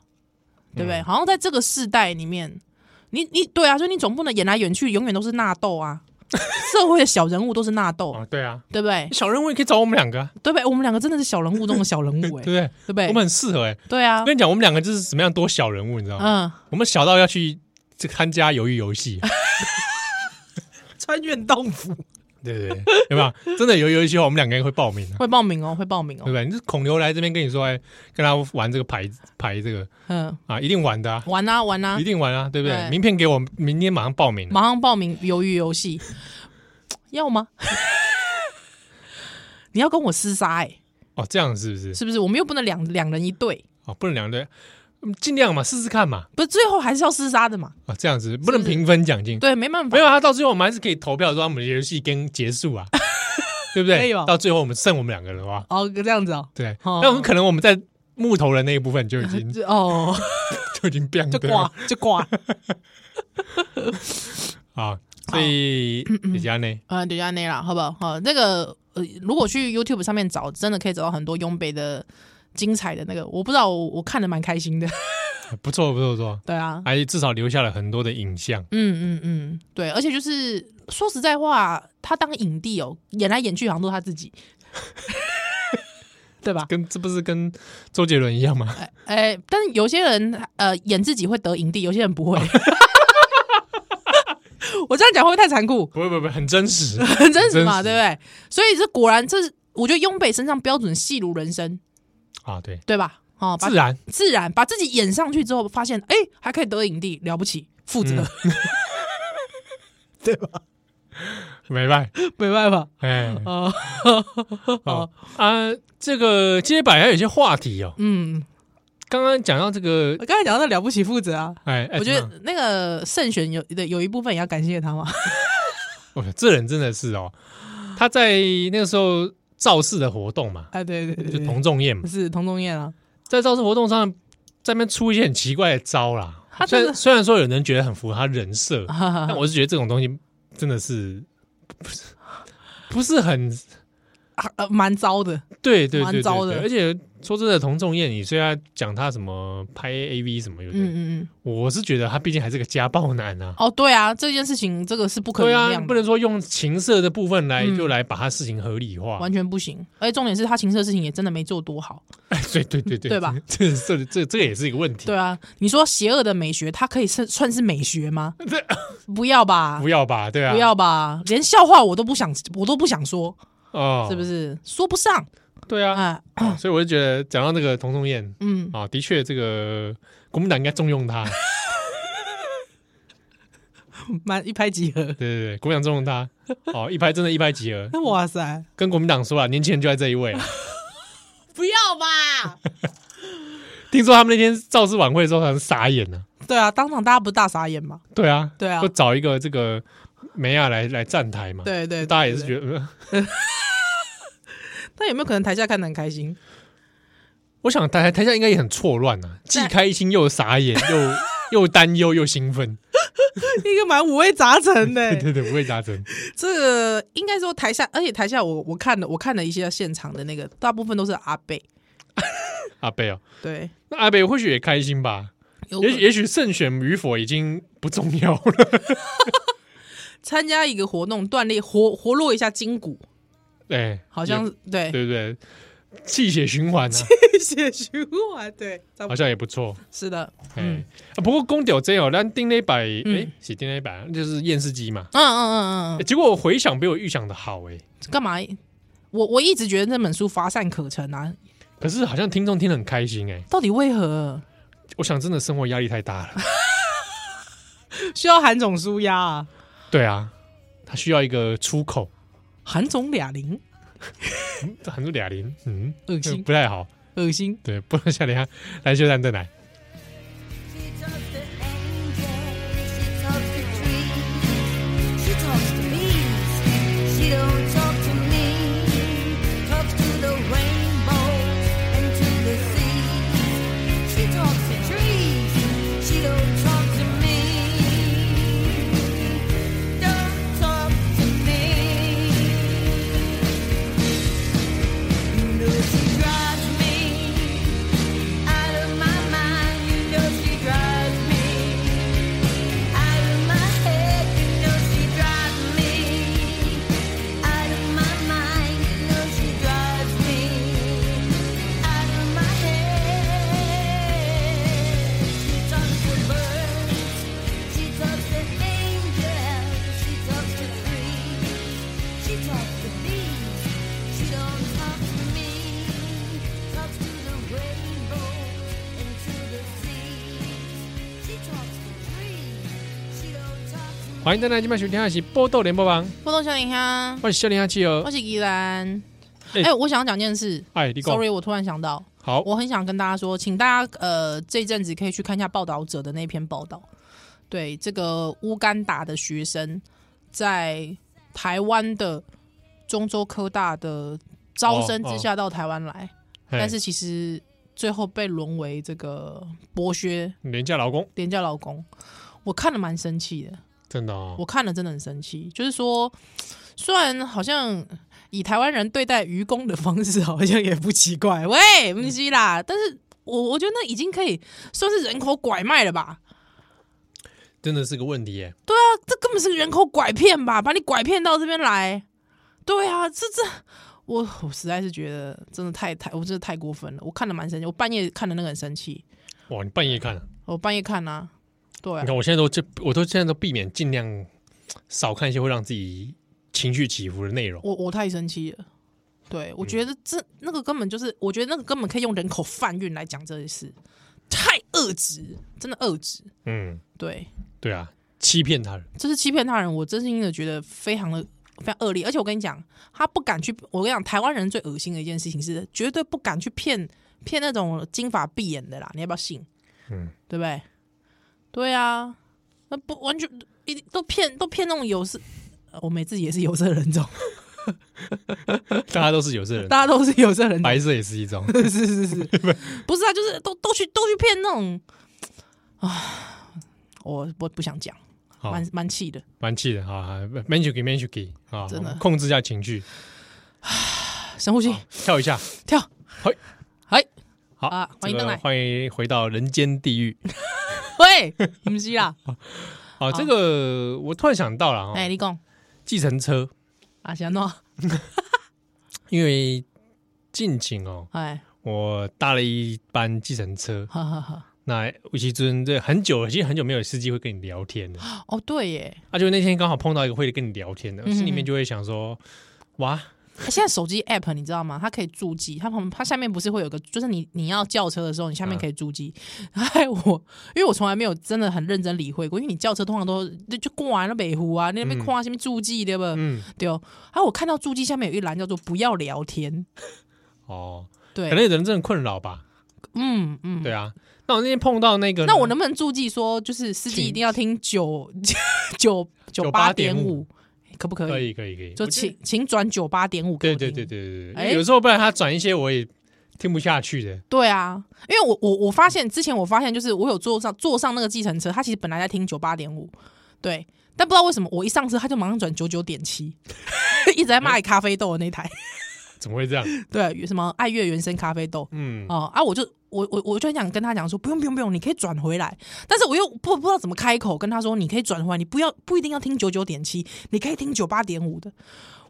[SPEAKER 3] 对不对？好像在这个世代里面，你你对啊，所以你总不能演来演去永远都是纳豆啊，社会的小人物都是纳豆，
[SPEAKER 2] 啊，对啊，
[SPEAKER 3] 对不对？
[SPEAKER 2] 小人物也可以找我们两个啊，
[SPEAKER 3] 对不对？我们两个真的是小人物中的小人物、
[SPEAKER 2] 对
[SPEAKER 3] 哎，
[SPEAKER 2] 不
[SPEAKER 3] 对
[SPEAKER 2] 对？
[SPEAKER 3] 不
[SPEAKER 2] 我
[SPEAKER 3] 对
[SPEAKER 2] 们？很适合哎，
[SPEAKER 3] 对啊
[SPEAKER 2] 我，跟你讲，我们两个就是怎么样多小人物，你知道吗？
[SPEAKER 3] 嗯，
[SPEAKER 2] 我们小到要去这个参加鱿鱼游戏，
[SPEAKER 3] 穿越洞府
[SPEAKER 2] 对不对？有没有？真的有游戏的话，我们两个人会报名啊，
[SPEAKER 3] 会报名哦，会报名
[SPEAKER 2] 对
[SPEAKER 3] 哦
[SPEAKER 2] 不，对？你是孔牛来这边跟你说，哎，跟他玩这个牌牌这个
[SPEAKER 3] 嗯，
[SPEAKER 2] 啊，一定玩的啊，
[SPEAKER 3] 玩啊玩啊
[SPEAKER 2] 一，定玩啊，对不对？
[SPEAKER 3] 对嗯
[SPEAKER 2] 名片给我，明天马上报名。啊
[SPEAKER 3] 马上报名鱿鱼游戏，要吗？你要跟我厮杀哎、
[SPEAKER 2] 哦，这样是不是？
[SPEAKER 3] 是不是？我们又不能两两人一队，
[SPEAKER 2] 哦，不能两队，嗯尽量嘛，试试看嘛。
[SPEAKER 3] 不是最后还是要厮杀的嘛？
[SPEAKER 2] 啊，这样子不能
[SPEAKER 3] 是不是
[SPEAKER 2] 平分奖金，
[SPEAKER 3] 对，没办法，
[SPEAKER 2] 没有啊，到最后我们还是可以投票说我们的游戏跟结束 啊，对不
[SPEAKER 3] 可
[SPEAKER 2] 对
[SPEAKER 3] 以？吧
[SPEAKER 2] 到最后我们剩我们两个人哇，
[SPEAKER 3] 哦，这样子哦，
[SPEAKER 2] 对，
[SPEAKER 3] 哦
[SPEAKER 2] 那我们可能我们在木头人那一部分就已 经
[SPEAKER 3] 这 哦，
[SPEAKER 2] 就已经变
[SPEAKER 3] 就挂就挂，
[SPEAKER 2] 啊，所以李佳呢，
[SPEAKER 3] 嗯，就这样啦，好不好？好，那个呃，如果去 YouTube 上面找，真的可以找到很多雍北的精彩的那个，我不知道，我我看的蛮开心的，
[SPEAKER 2] 不错不错不错，
[SPEAKER 3] 对啊，
[SPEAKER 2] 还至少留下了很多的影像，
[SPEAKER 3] 嗯嗯嗯，对，而且就是说实在话，他当影帝哦，演来演去好像都是他自己， 对吧？
[SPEAKER 2] 跟这不是跟周杰伦一样吗？
[SPEAKER 3] 啊哎、但是有些人呃演自己会得影帝，有些人不会。 我这样讲会不会太残酷？
[SPEAKER 2] 不会不会不会，很真实，
[SPEAKER 3] 很真实嘛，
[SPEAKER 2] 很
[SPEAKER 3] 对
[SPEAKER 2] 真
[SPEAKER 3] 不对？所以这果然这是我觉得雍北身上标准戏如人生，
[SPEAKER 2] 啊，对，
[SPEAKER 3] 对吧？哦，把
[SPEAKER 2] 自然
[SPEAKER 3] 自然把自己演上去之后，发现哎、还可以得影帝，了不起，负责，
[SPEAKER 2] 没办法，
[SPEAKER 3] 没办法
[SPEAKER 2] 哎，
[SPEAKER 3] 哦。
[SPEAKER 2] 好啊，这个街摆还有一些话题哦，
[SPEAKER 3] 嗯，
[SPEAKER 2] 刚刚讲到这个，
[SPEAKER 3] 我刚才讲到那了不起负责啊，
[SPEAKER 2] 哎，哎
[SPEAKER 3] 我觉
[SPEAKER 2] 怎么样
[SPEAKER 3] 得那个慎选有的有一部分也要感谢他嘛。
[SPEAKER 2] 我觉得这人真的是哦，他在那个时候造势的活动嘛，
[SPEAKER 3] 哎，对对对
[SPEAKER 2] 就
[SPEAKER 3] 对，
[SPEAKER 2] 同众宴嘛，
[SPEAKER 3] 是童仲彦啊，
[SPEAKER 2] 在造势活动上，在那边出一些很奇怪的招啦。
[SPEAKER 3] 他
[SPEAKER 2] 虽
[SPEAKER 3] 真
[SPEAKER 2] 然
[SPEAKER 3] 的啊
[SPEAKER 2] 虽然说有人觉得很符合他人设，
[SPEAKER 3] 哈哈
[SPEAKER 2] 但
[SPEAKER 3] 哈
[SPEAKER 2] 我是觉得这种东西真的是不是不是很
[SPEAKER 3] 啊呃蛮糟的，
[SPEAKER 2] 对对对对
[SPEAKER 3] 蛮糟
[SPEAKER 2] 对
[SPEAKER 3] 的
[SPEAKER 2] 而且说真的，童仲彦，你虽然讲他什么拍 AV 什么有
[SPEAKER 3] 嗯
[SPEAKER 2] 点，
[SPEAKER 3] 嗯嗯，
[SPEAKER 2] 我是觉得他毕竟还是个家暴男啊。
[SPEAKER 3] 哦，对啊，这件事情这个是不可
[SPEAKER 2] 对
[SPEAKER 3] 原
[SPEAKER 2] 啊，
[SPEAKER 3] 谅
[SPEAKER 2] 不
[SPEAKER 3] 的，
[SPEAKER 2] 能说用情色的部分来、
[SPEAKER 3] 嗯
[SPEAKER 2] 就来把他事情合理化。
[SPEAKER 3] 完全不行。而且重点是他情色的事情也真的没做多 好，
[SPEAKER 2] 哎对对对对，
[SPEAKER 3] 对吧？
[SPEAKER 2] 这这这这个也是一个问题。
[SPEAKER 3] 对啊，你说邪恶的美学，它可以算算是美学 吗？不要吧
[SPEAKER 2] 不，要吧，对啊，
[SPEAKER 3] 不要吧，连笑话我都不想，我都不想说，
[SPEAKER 2] 哦，
[SPEAKER 3] 是不？是说不上
[SPEAKER 2] 对啊，
[SPEAKER 3] 啊？
[SPEAKER 2] 所以我就觉得讲到那个童仲彦
[SPEAKER 3] 嗯，
[SPEAKER 2] 啊，的确这个国民党应该重用他，
[SPEAKER 3] 蛮一拍即合。
[SPEAKER 2] 对 对对，国民党重用他，哦，一拍真的一拍即合，
[SPEAKER 3] 哇塞，
[SPEAKER 2] 跟国民党说啊，年轻人就在这一位啊。
[SPEAKER 3] 不要吧？
[SPEAKER 2] 听说他们那天造势晚会的时候，很傻眼呢、
[SPEAKER 3] 对啊，当场大家不是大傻眼吗？
[SPEAKER 2] 啊。对啊，
[SPEAKER 3] 对啊
[SPEAKER 2] 就找一个这个梅亚来来站台嘛。，
[SPEAKER 3] 对对，
[SPEAKER 2] 大家也是
[SPEAKER 3] 得。
[SPEAKER 2] 觉得，呃
[SPEAKER 3] 但有没有可能台下看得很开心？
[SPEAKER 2] 我想台台下应该也很错乱啊，既开心又傻眼，又 又担忧又兴奋。
[SPEAKER 3] 一个蛮五味杂陈 的、
[SPEAKER 2] 对对对，不会扎针。
[SPEAKER 3] 这个应该说台下，而且台下我我看了我看了一些现场的那个，大部分都是阿贝，
[SPEAKER 2] 阿贝哦，
[SPEAKER 3] 对，
[SPEAKER 2] 那阿贝或许也开心吧。
[SPEAKER 3] 有
[SPEAKER 2] 也许也许胜选与否已经不重要 了。
[SPEAKER 3] 参加一个活动锻炼活活络一下筋骨，
[SPEAKER 2] 哎，
[SPEAKER 3] 好像
[SPEAKER 2] 也
[SPEAKER 3] 对，
[SPEAKER 2] 对不对？气血循 环啊，
[SPEAKER 3] 血循环，啊对，差不
[SPEAKER 2] 好
[SPEAKER 3] 多
[SPEAKER 2] 像也不错。
[SPEAKER 3] 是的，
[SPEAKER 2] 哎
[SPEAKER 3] 嗯，
[SPEAKER 2] 啊不过公屌真哦，咱丁那百哎
[SPEAKER 3] 嗯
[SPEAKER 2] 是丁那百，就是验尸机嘛。
[SPEAKER 3] 嗯嗯嗯嗯
[SPEAKER 2] 欸结果我回想比我预想的好哎、
[SPEAKER 3] 嗯，干嘛？我我一直觉得这本书乏善可陈啊，
[SPEAKER 2] 可是好像听众听得很开心哎、
[SPEAKER 3] 到底为何
[SPEAKER 2] 我想真的生活压力太大 了。
[SPEAKER 3] 需要韩总舒压啊？
[SPEAKER 2] 对啊，他需要一个出口，
[SPEAKER 3] 韩总俩零，
[SPEAKER 2] 很多哑铃，嗯，
[SPEAKER 3] 恶心
[SPEAKER 2] 不太好。
[SPEAKER 3] 恶心，
[SPEAKER 2] 对，不能下等一下来就站再来。
[SPEAKER 1] She talks to angels, she talks to trees, she talks to bees, she don't talk to me, talks to the rainbows and to the seas. She talks to trees, she don't talk to me. Don't talk to me. You know she drives me out of my mind, you know she drives me. Out of my head, you know she drives me. Out of my mind, you know she drives me. Out of my head, she talks to birds, she talks to angels, she talks to trees, she talks to bees, she don't talk to me. Talks to the rainbow and to the seas, she talks to trees, she don't talk to me.
[SPEAKER 2] 欢迎大家今晚收听的是《波豆联播网》，
[SPEAKER 3] 波动小林香。
[SPEAKER 2] 欢迎笑脸下去
[SPEAKER 3] 我
[SPEAKER 2] 哦。
[SPEAKER 3] 是依然。
[SPEAKER 2] 哎
[SPEAKER 3] 哎、我想要讲件事
[SPEAKER 2] 哎，你讲
[SPEAKER 3] ，sorry，我突然想到，
[SPEAKER 2] 好，
[SPEAKER 3] 我很想跟大家说，请大家呃这一阵子可以去看一下报道者的那篇报道，对这个乌干达的学生在台湾的中州科大的招生之下到台湾来，
[SPEAKER 2] 嘿
[SPEAKER 3] 但是其实最后被沦为这个剥削
[SPEAKER 2] 廉价劳工
[SPEAKER 3] 廉价劳工，我看了蛮生气的。
[SPEAKER 2] 真的哦，
[SPEAKER 3] 我看了真的很生气，就是说，虽然好像以台湾人对待愚公的方式，好像也不奇怪，喂，不是啦，但是我我觉得那已经可以算是人口拐卖了吧？
[SPEAKER 2] 真的是个问题耶。
[SPEAKER 3] 啊，这根本是人口拐骗吧？把你拐骗到这边来，对啊，这这。我我实在是觉得真的太太，我真的太过分了。我看了蛮生气，我半夜看的那个很生气，
[SPEAKER 2] 哇，你半夜看啊？
[SPEAKER 3] 我半夜看啊，对啊
[SPEAKER 2] 你看我现在都这，我都现在都避免尽量少看一些会让自己情绪起伏的内容。
[SPEAKER 3] 我我太生气了。对，我觉得这那个根本就是，我觉得那个根本可以用人口贩运来讲这件事，太恶质，真的恶质。
[SPEAKER 2] 嗯，
[SPEAKER 3] 对，
[SPEAKER 2] 对啊，欺骗他人。
[SPEAKER 3] 这是欺骗他人，我真心的觉得非常的非常恶劣。而且我跟你讲，他不敢去，我跟你讲，台湾人最恶心的一件事情是，绝对不敢去骗骗那种金发碧眼的啦，你要不要信？
[SPEAKER 2] 嗯，
[SPEAKER 3] 对不对？对啊，那不完全一定都骗都骗那种有色，呃我们自己也是有色人种，
[SPEAKER 2] 大家都是有色人，
[SPEAKER 3] 大家都是有色人种。
[SPEAKER 2] 白色也是一种。
[SPEAKER 3] 是 是是，不是啊，就是都都去都去骗那种啊，我我不想讲，
[SPEAKER 2] 好
[SPEAKER 3] 蛮蛮气的。
[SPEAKER 2] 蛮气的啊 m a n c h u k i m a n c h u k i 啊，
[SPEAKER 3] 真的
[SPEAKER 2] 控制一下情绪，
[SPEAKER 3] 深呼吸，
[SPEAKER 2] 跳一下，
[SPEAKER 3] 跳，
[SPEAKER 2] 嘿，
[SPEAKER 3] 嘿，
[SPEAKER 2] 好
[SPEAKER 3] 啊欢迎
[SPEAKER 2] 这个
[SPEAKER 3] 登来
[SPEAKER 2] 欢迎回到人间地 狱。
[SPEAKER 3] 喂，你们是啦，
[SPEAKER 2] 啊，这个我突然想到了啊
[SPEAKER 3] 哎，，你讲
[SPEAKER 2] 计程车，
[SPEAKER 3] 啊，想诺，
[SPEAKER 2] 因为近景哦，
[SPEAKER 3] 哎，
[SPEAKER 2] 我搭了一班计程车，
[SPEAKER 3] 哈哈哈，
[SPEAKER 2] 那吴奇尊这很久，已经很久没有司机会跟你聊天了，啊
[SPEAKER 3] 哦对耶，
[SPEAKER 2] 啊，就那天刚好碰到一个会跟你聊天的，
[SPEAKER 3] 嗯
[SPEAKER 2] 心里面就会想说，哇，
[SPEAKER 3] 现在手机 app 你知道吗？它可以注记，它旁它下面不是会有个，就是你你要叫车的时候，你下面
[SPEAKER 2] 嗯
[SPEAKER 3] 可以注记。哎、我因为我从来没有真的很认真理会过，因为你叫车通常都就就过完了北湖啊，那边跨下面注记对不？
[SPEAKER 2] 嗯，
[SPEAKER 3] 对哦。还有我看到注记下面有一栏叫做不要聊天，
[SPEAKER 2] 哦，
[SPEAKER 3] 对
[SPEAKER 2] 可，能有人真的困扰吧。
[SPEAKER 3] 嗯嗯。
[SPEAKER 2] 对啊，那我那天碰到那个呢，
[SPEAKER 3] 那我能不能注记说，就是司
[SPEAKER 2] 请
[SPEAKER 3] 机一定要听九 九九八点五，可不可
[SPEAKER 2] 可
[SPEAKER 3] 以？
[SPEAKER 2] 以可以可以，
[SPEAKER 3] 就
[SPEAKER 2] 我觉得
[SPEAKER 3] 请请转九八点五给
[SPEAKER 2] 对
[SPEAKER 3] 我
[SPEAKER 2] 对
[SPEAKER 3] 听
[SPEAKER 2] 对对对对
[SPEAKER 3] 哎
[SPEAKER 2] 对，有时候不然他转一些我也听不下去的。
[SPEAKER 3] 对啊，因为我我我发现之前我发现就是我有坐上坐上那个计程车，他其实本来在听九八点五，对，但不知道为什么我一上车他就马上转九九点七， 一直在骂咖啡豆的那台，
[SPEAKER 2] 怎么会这样？
[SPEAKER 3] 对，啊什么爱乐原生咖啡豆
[SPEAKER 2] 嗯，
[SPEAKER 3] 哦、啊，我就我我我就很想跟他讲说不用不用不用，你可以转回来，但是我又不不知道怎么开口跟他说你可以转回来，你不要不一定要听九九点七，你可以听九八点五的，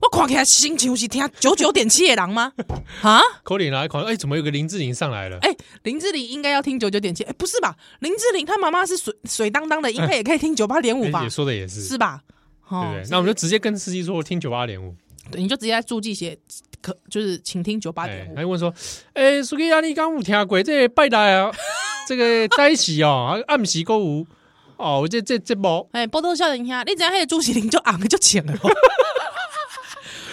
[SPEAKER 3] 我看起来心情是听九九点七的人吗？ 啊？
[SPEAKER 2] 口里拿一款，哎，怎么有个林志颖上来了？
[SPEAKER 3] 哎、林志玲应该要听九九点七，哎，不是吧？林志玲她妈妈是水水当当的，应该也可以听九八点五
[SPEAKER 2] 哎
[SPEAKER 3] 吧
[SPEAKER 2] 也？说的也是，
[SPEAKER 3] 是吧？
[SPEAKER 2] 对
[SPEAKER 3] 哦
[SPEAKER 2] 不对？
[SPEAKER 3] 是
[SPEAKER 2] 那我们就直接跟司机说，我听九八点五。
[SPEAKER 3] 对你就直接在注记写，可就是请听九八
[SPEAKER 2] 哎
[SPEAKER 3] 点，五
[SPEAKER 2] 他。就问说，哎，苏格亚你刚有听过这个拜来 啊，这个在一起哦，啊暗时购物哦，这这这波
[SPEAKER 3] 哎，波多笑人家，你只要黑朱启林就昂就请了。 我跟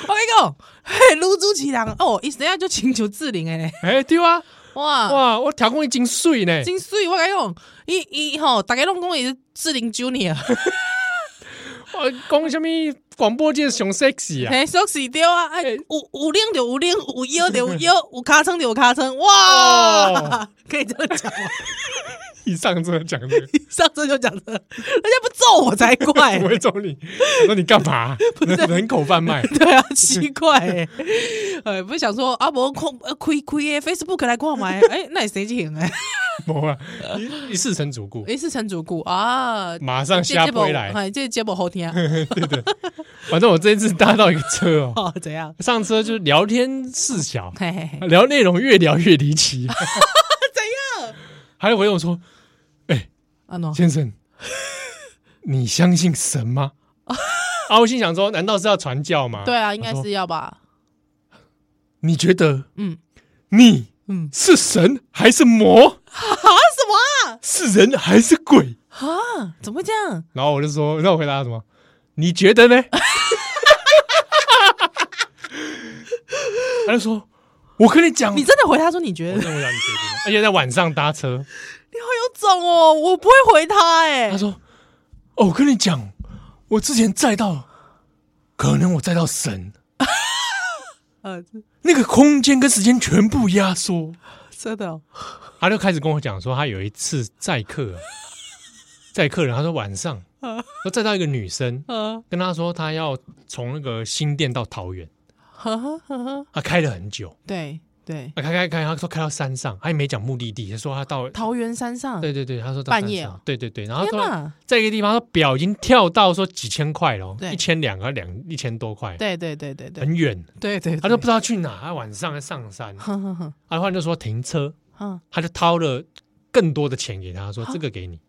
[SPEAKER 3] 你讲，嘿，撸朱启人哦，一时下就请求志玲哎，
[SPEAKER 2] 哎对啊，
[SPEAKER 3] 哇
[SPEAKER 2] 哇，我调控已经碎呢，
[SPEAKER 3] 真水！我跟你讲，伊伊吼，大家拢讲伊是志玲 Junior，
[SPEAKER 2] 我哦讲什么广播界上 sexy 啊，
[SPEAKER 3] 嘿，熟悉对啊，哎，
[SPEAKER 2] 哎
[SPEAKER 3] 有有领就有领，有腰就有 腰，有尻川就有尻川，哇
[SPEAKER 2] 哦，
[SPEAKER 3] 可以这么讲吗？
[SPEAKER 2] 一上车讲这个，
[SPEAKER 3] 上次就讲这，人家不揍我才 怪
[SPEAKER 2] 我，会揍你，我说你干 嘛？人口贩卖，
[SPEAKER 3] 对啊，奇怪欸， 哎，不是想说阿伯空呃亏亏耶，Facebook 来逛买，哎，那也谁 请哎？
[SPEAKER 2] 不啊，一一事成主顾，
[SPEAKER 3] 哎，是陈主顾啊，
[SPEAKER 2] 马上嗯
[SPEAKER 3] 这
[SPEAKER 2] 下
[SPEAKER 3] 节目
[SPEAKER 2] 回来。
[SPEAKER 3] 哎，这节目 好听啊，
[SPEAKER 2] 反正我这一次搭到一个车哦，
[SPEAKER 3] 哦，怎样？
[SPEAKER 2] 上车就是聊天事小，
[SPEAKER 3] 嘿嘿 嘿，
[SPEAKER 2] 聊内容越聊越离奇，
[SPEAKER 3] 怎样？
[SPEAKER 2] 还回我说
[SPEAKER 3] 阿诺，
[SPEAKER 2] 先生，你相信神 吗？啊，我心想说，难道是要传教吗？
[SPEAKER 3] 对啊，应该
[SPEAKER 2] 他说
[SPEAKER 3] 是要吧？
[SPEAKER 2] 你觉得
[SPEAKER 3] 嗯
[SPEAKER 2] 你
[SPEAKER 3] 嗯，
[SPEAKER 2] 是神还是魔？
[SPEAKER 3] 啊什么
[SPEAKER 2] 是人还是鬼？
[SPEAKER 3] 啊？啊，怎么会这样？
[SPEAKER 2] 然后我就说，那我回答什么？你觉得 呢？他就说，我跟你讲，
[SPEAKER 3] 你真的回他说你觉得
[SPEAKER 2] 我真的不知道你决定了而且在晚上搭车，
[SPEAKER 3] 你好有种哦，我不会回他哎、
[SPEAKER 2] 他说：“哦，我跟你讲，我之前载到，可能我载到神，
[SPEAKER 3] 呃，
[SPEAKER 2] 那个空间跟时间全部压缩。
[SPEAKER 3] 真的哦、”
[SPEAKER 2] 他就开始跟我讲说，他有一次载客啊，载客人，他说晚上，说载到一个女生，
[SPEAKER 3] 呃，
[SPEAKER 2] 跟他说他要从那个新店到桃园，
[SPEAKER 3] 呵呵呵呵，
[SPEAKER 2] 他开了很久，
[SPEAKER 3] 对对，
[SPEAKER 2] 他开开开，他说开到山上，他也没讲目的地，他说他到。
[SPEAKER 3] 桃园山上，
[SPEAKER 2] 对对对，他说到
[SPEAKER 3] 半
[SPEAKER 2] 山
[SPEAKER 3] 夜
[SPEAKER 2] 上
[SPEAKER 3] 哦
[SPEAKER 2] 对对对，然后
[SPEAKER 3] 天
[SPEAKER 2] 他说
[SPEAKER 3] 哪，
[SPEAKER 2] 在一个地方，他表已经跳到说几千块了哦，
[SPEAKER 3] 对
[SPEAKER 2] 一千两个两一千多块，
[SPEAKER 3] 对对对对对
[SPEAKER 2] 很远，
[SPEAKER 3] 对对，
[SPEAKER 2] 哎他就不知道去哪，他晚上在上山，
[SPEAKER 3] 哼哼哼，
[SPEAKER 2] 阿欢就说停车，
[SPEAKER 3] 哼，
[SPEAKER 2] 他就掏了更多的钱给他，说这个给你，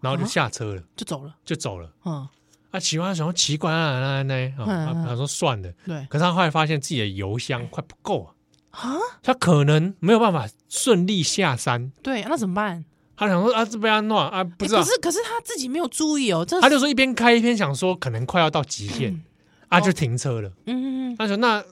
[SPEAKER 2] 然后就下车了，
[SPEAKER 3] 就走了，
[SPEAKER 2] 就走了。
[SPEAKER 3] 嗯，
[SPEAKER 2] 啊，奇怪，想说奇怪啊，那那那
[SPEAKER 3] 嗯
[SPEAKER 2] 啊，
[SPEAKER 3] 嗯
[SPEAKER 2] 他说算了，
[SPEAKER 3] 对
[SPEAKER 2] 可是他后来发现自己的油箱快不够啊，
[SPEAKER 3] 啊，
[SPEAKER 2] 他可能没有办法顺利下山，
[SPEAKER 3] 对，啊那怎么办？
[SPEAKER 2] 他想说啊，这边要弄啊，不
[SPEAKER 3] 诶
[SPEAKER 2] 知道
[SPEAKER 3] 哎可，是可是他自己没有注意哦，这
[SPEAKER 2] 他就说一边开一边想说可能快要到极
[SPEAKER 3] 嗯
[SPEAKER 2] 限，啊，就停车了。
[SPEAKER 3] 嗯嗯嗯
[SPEAKER 2] 他说那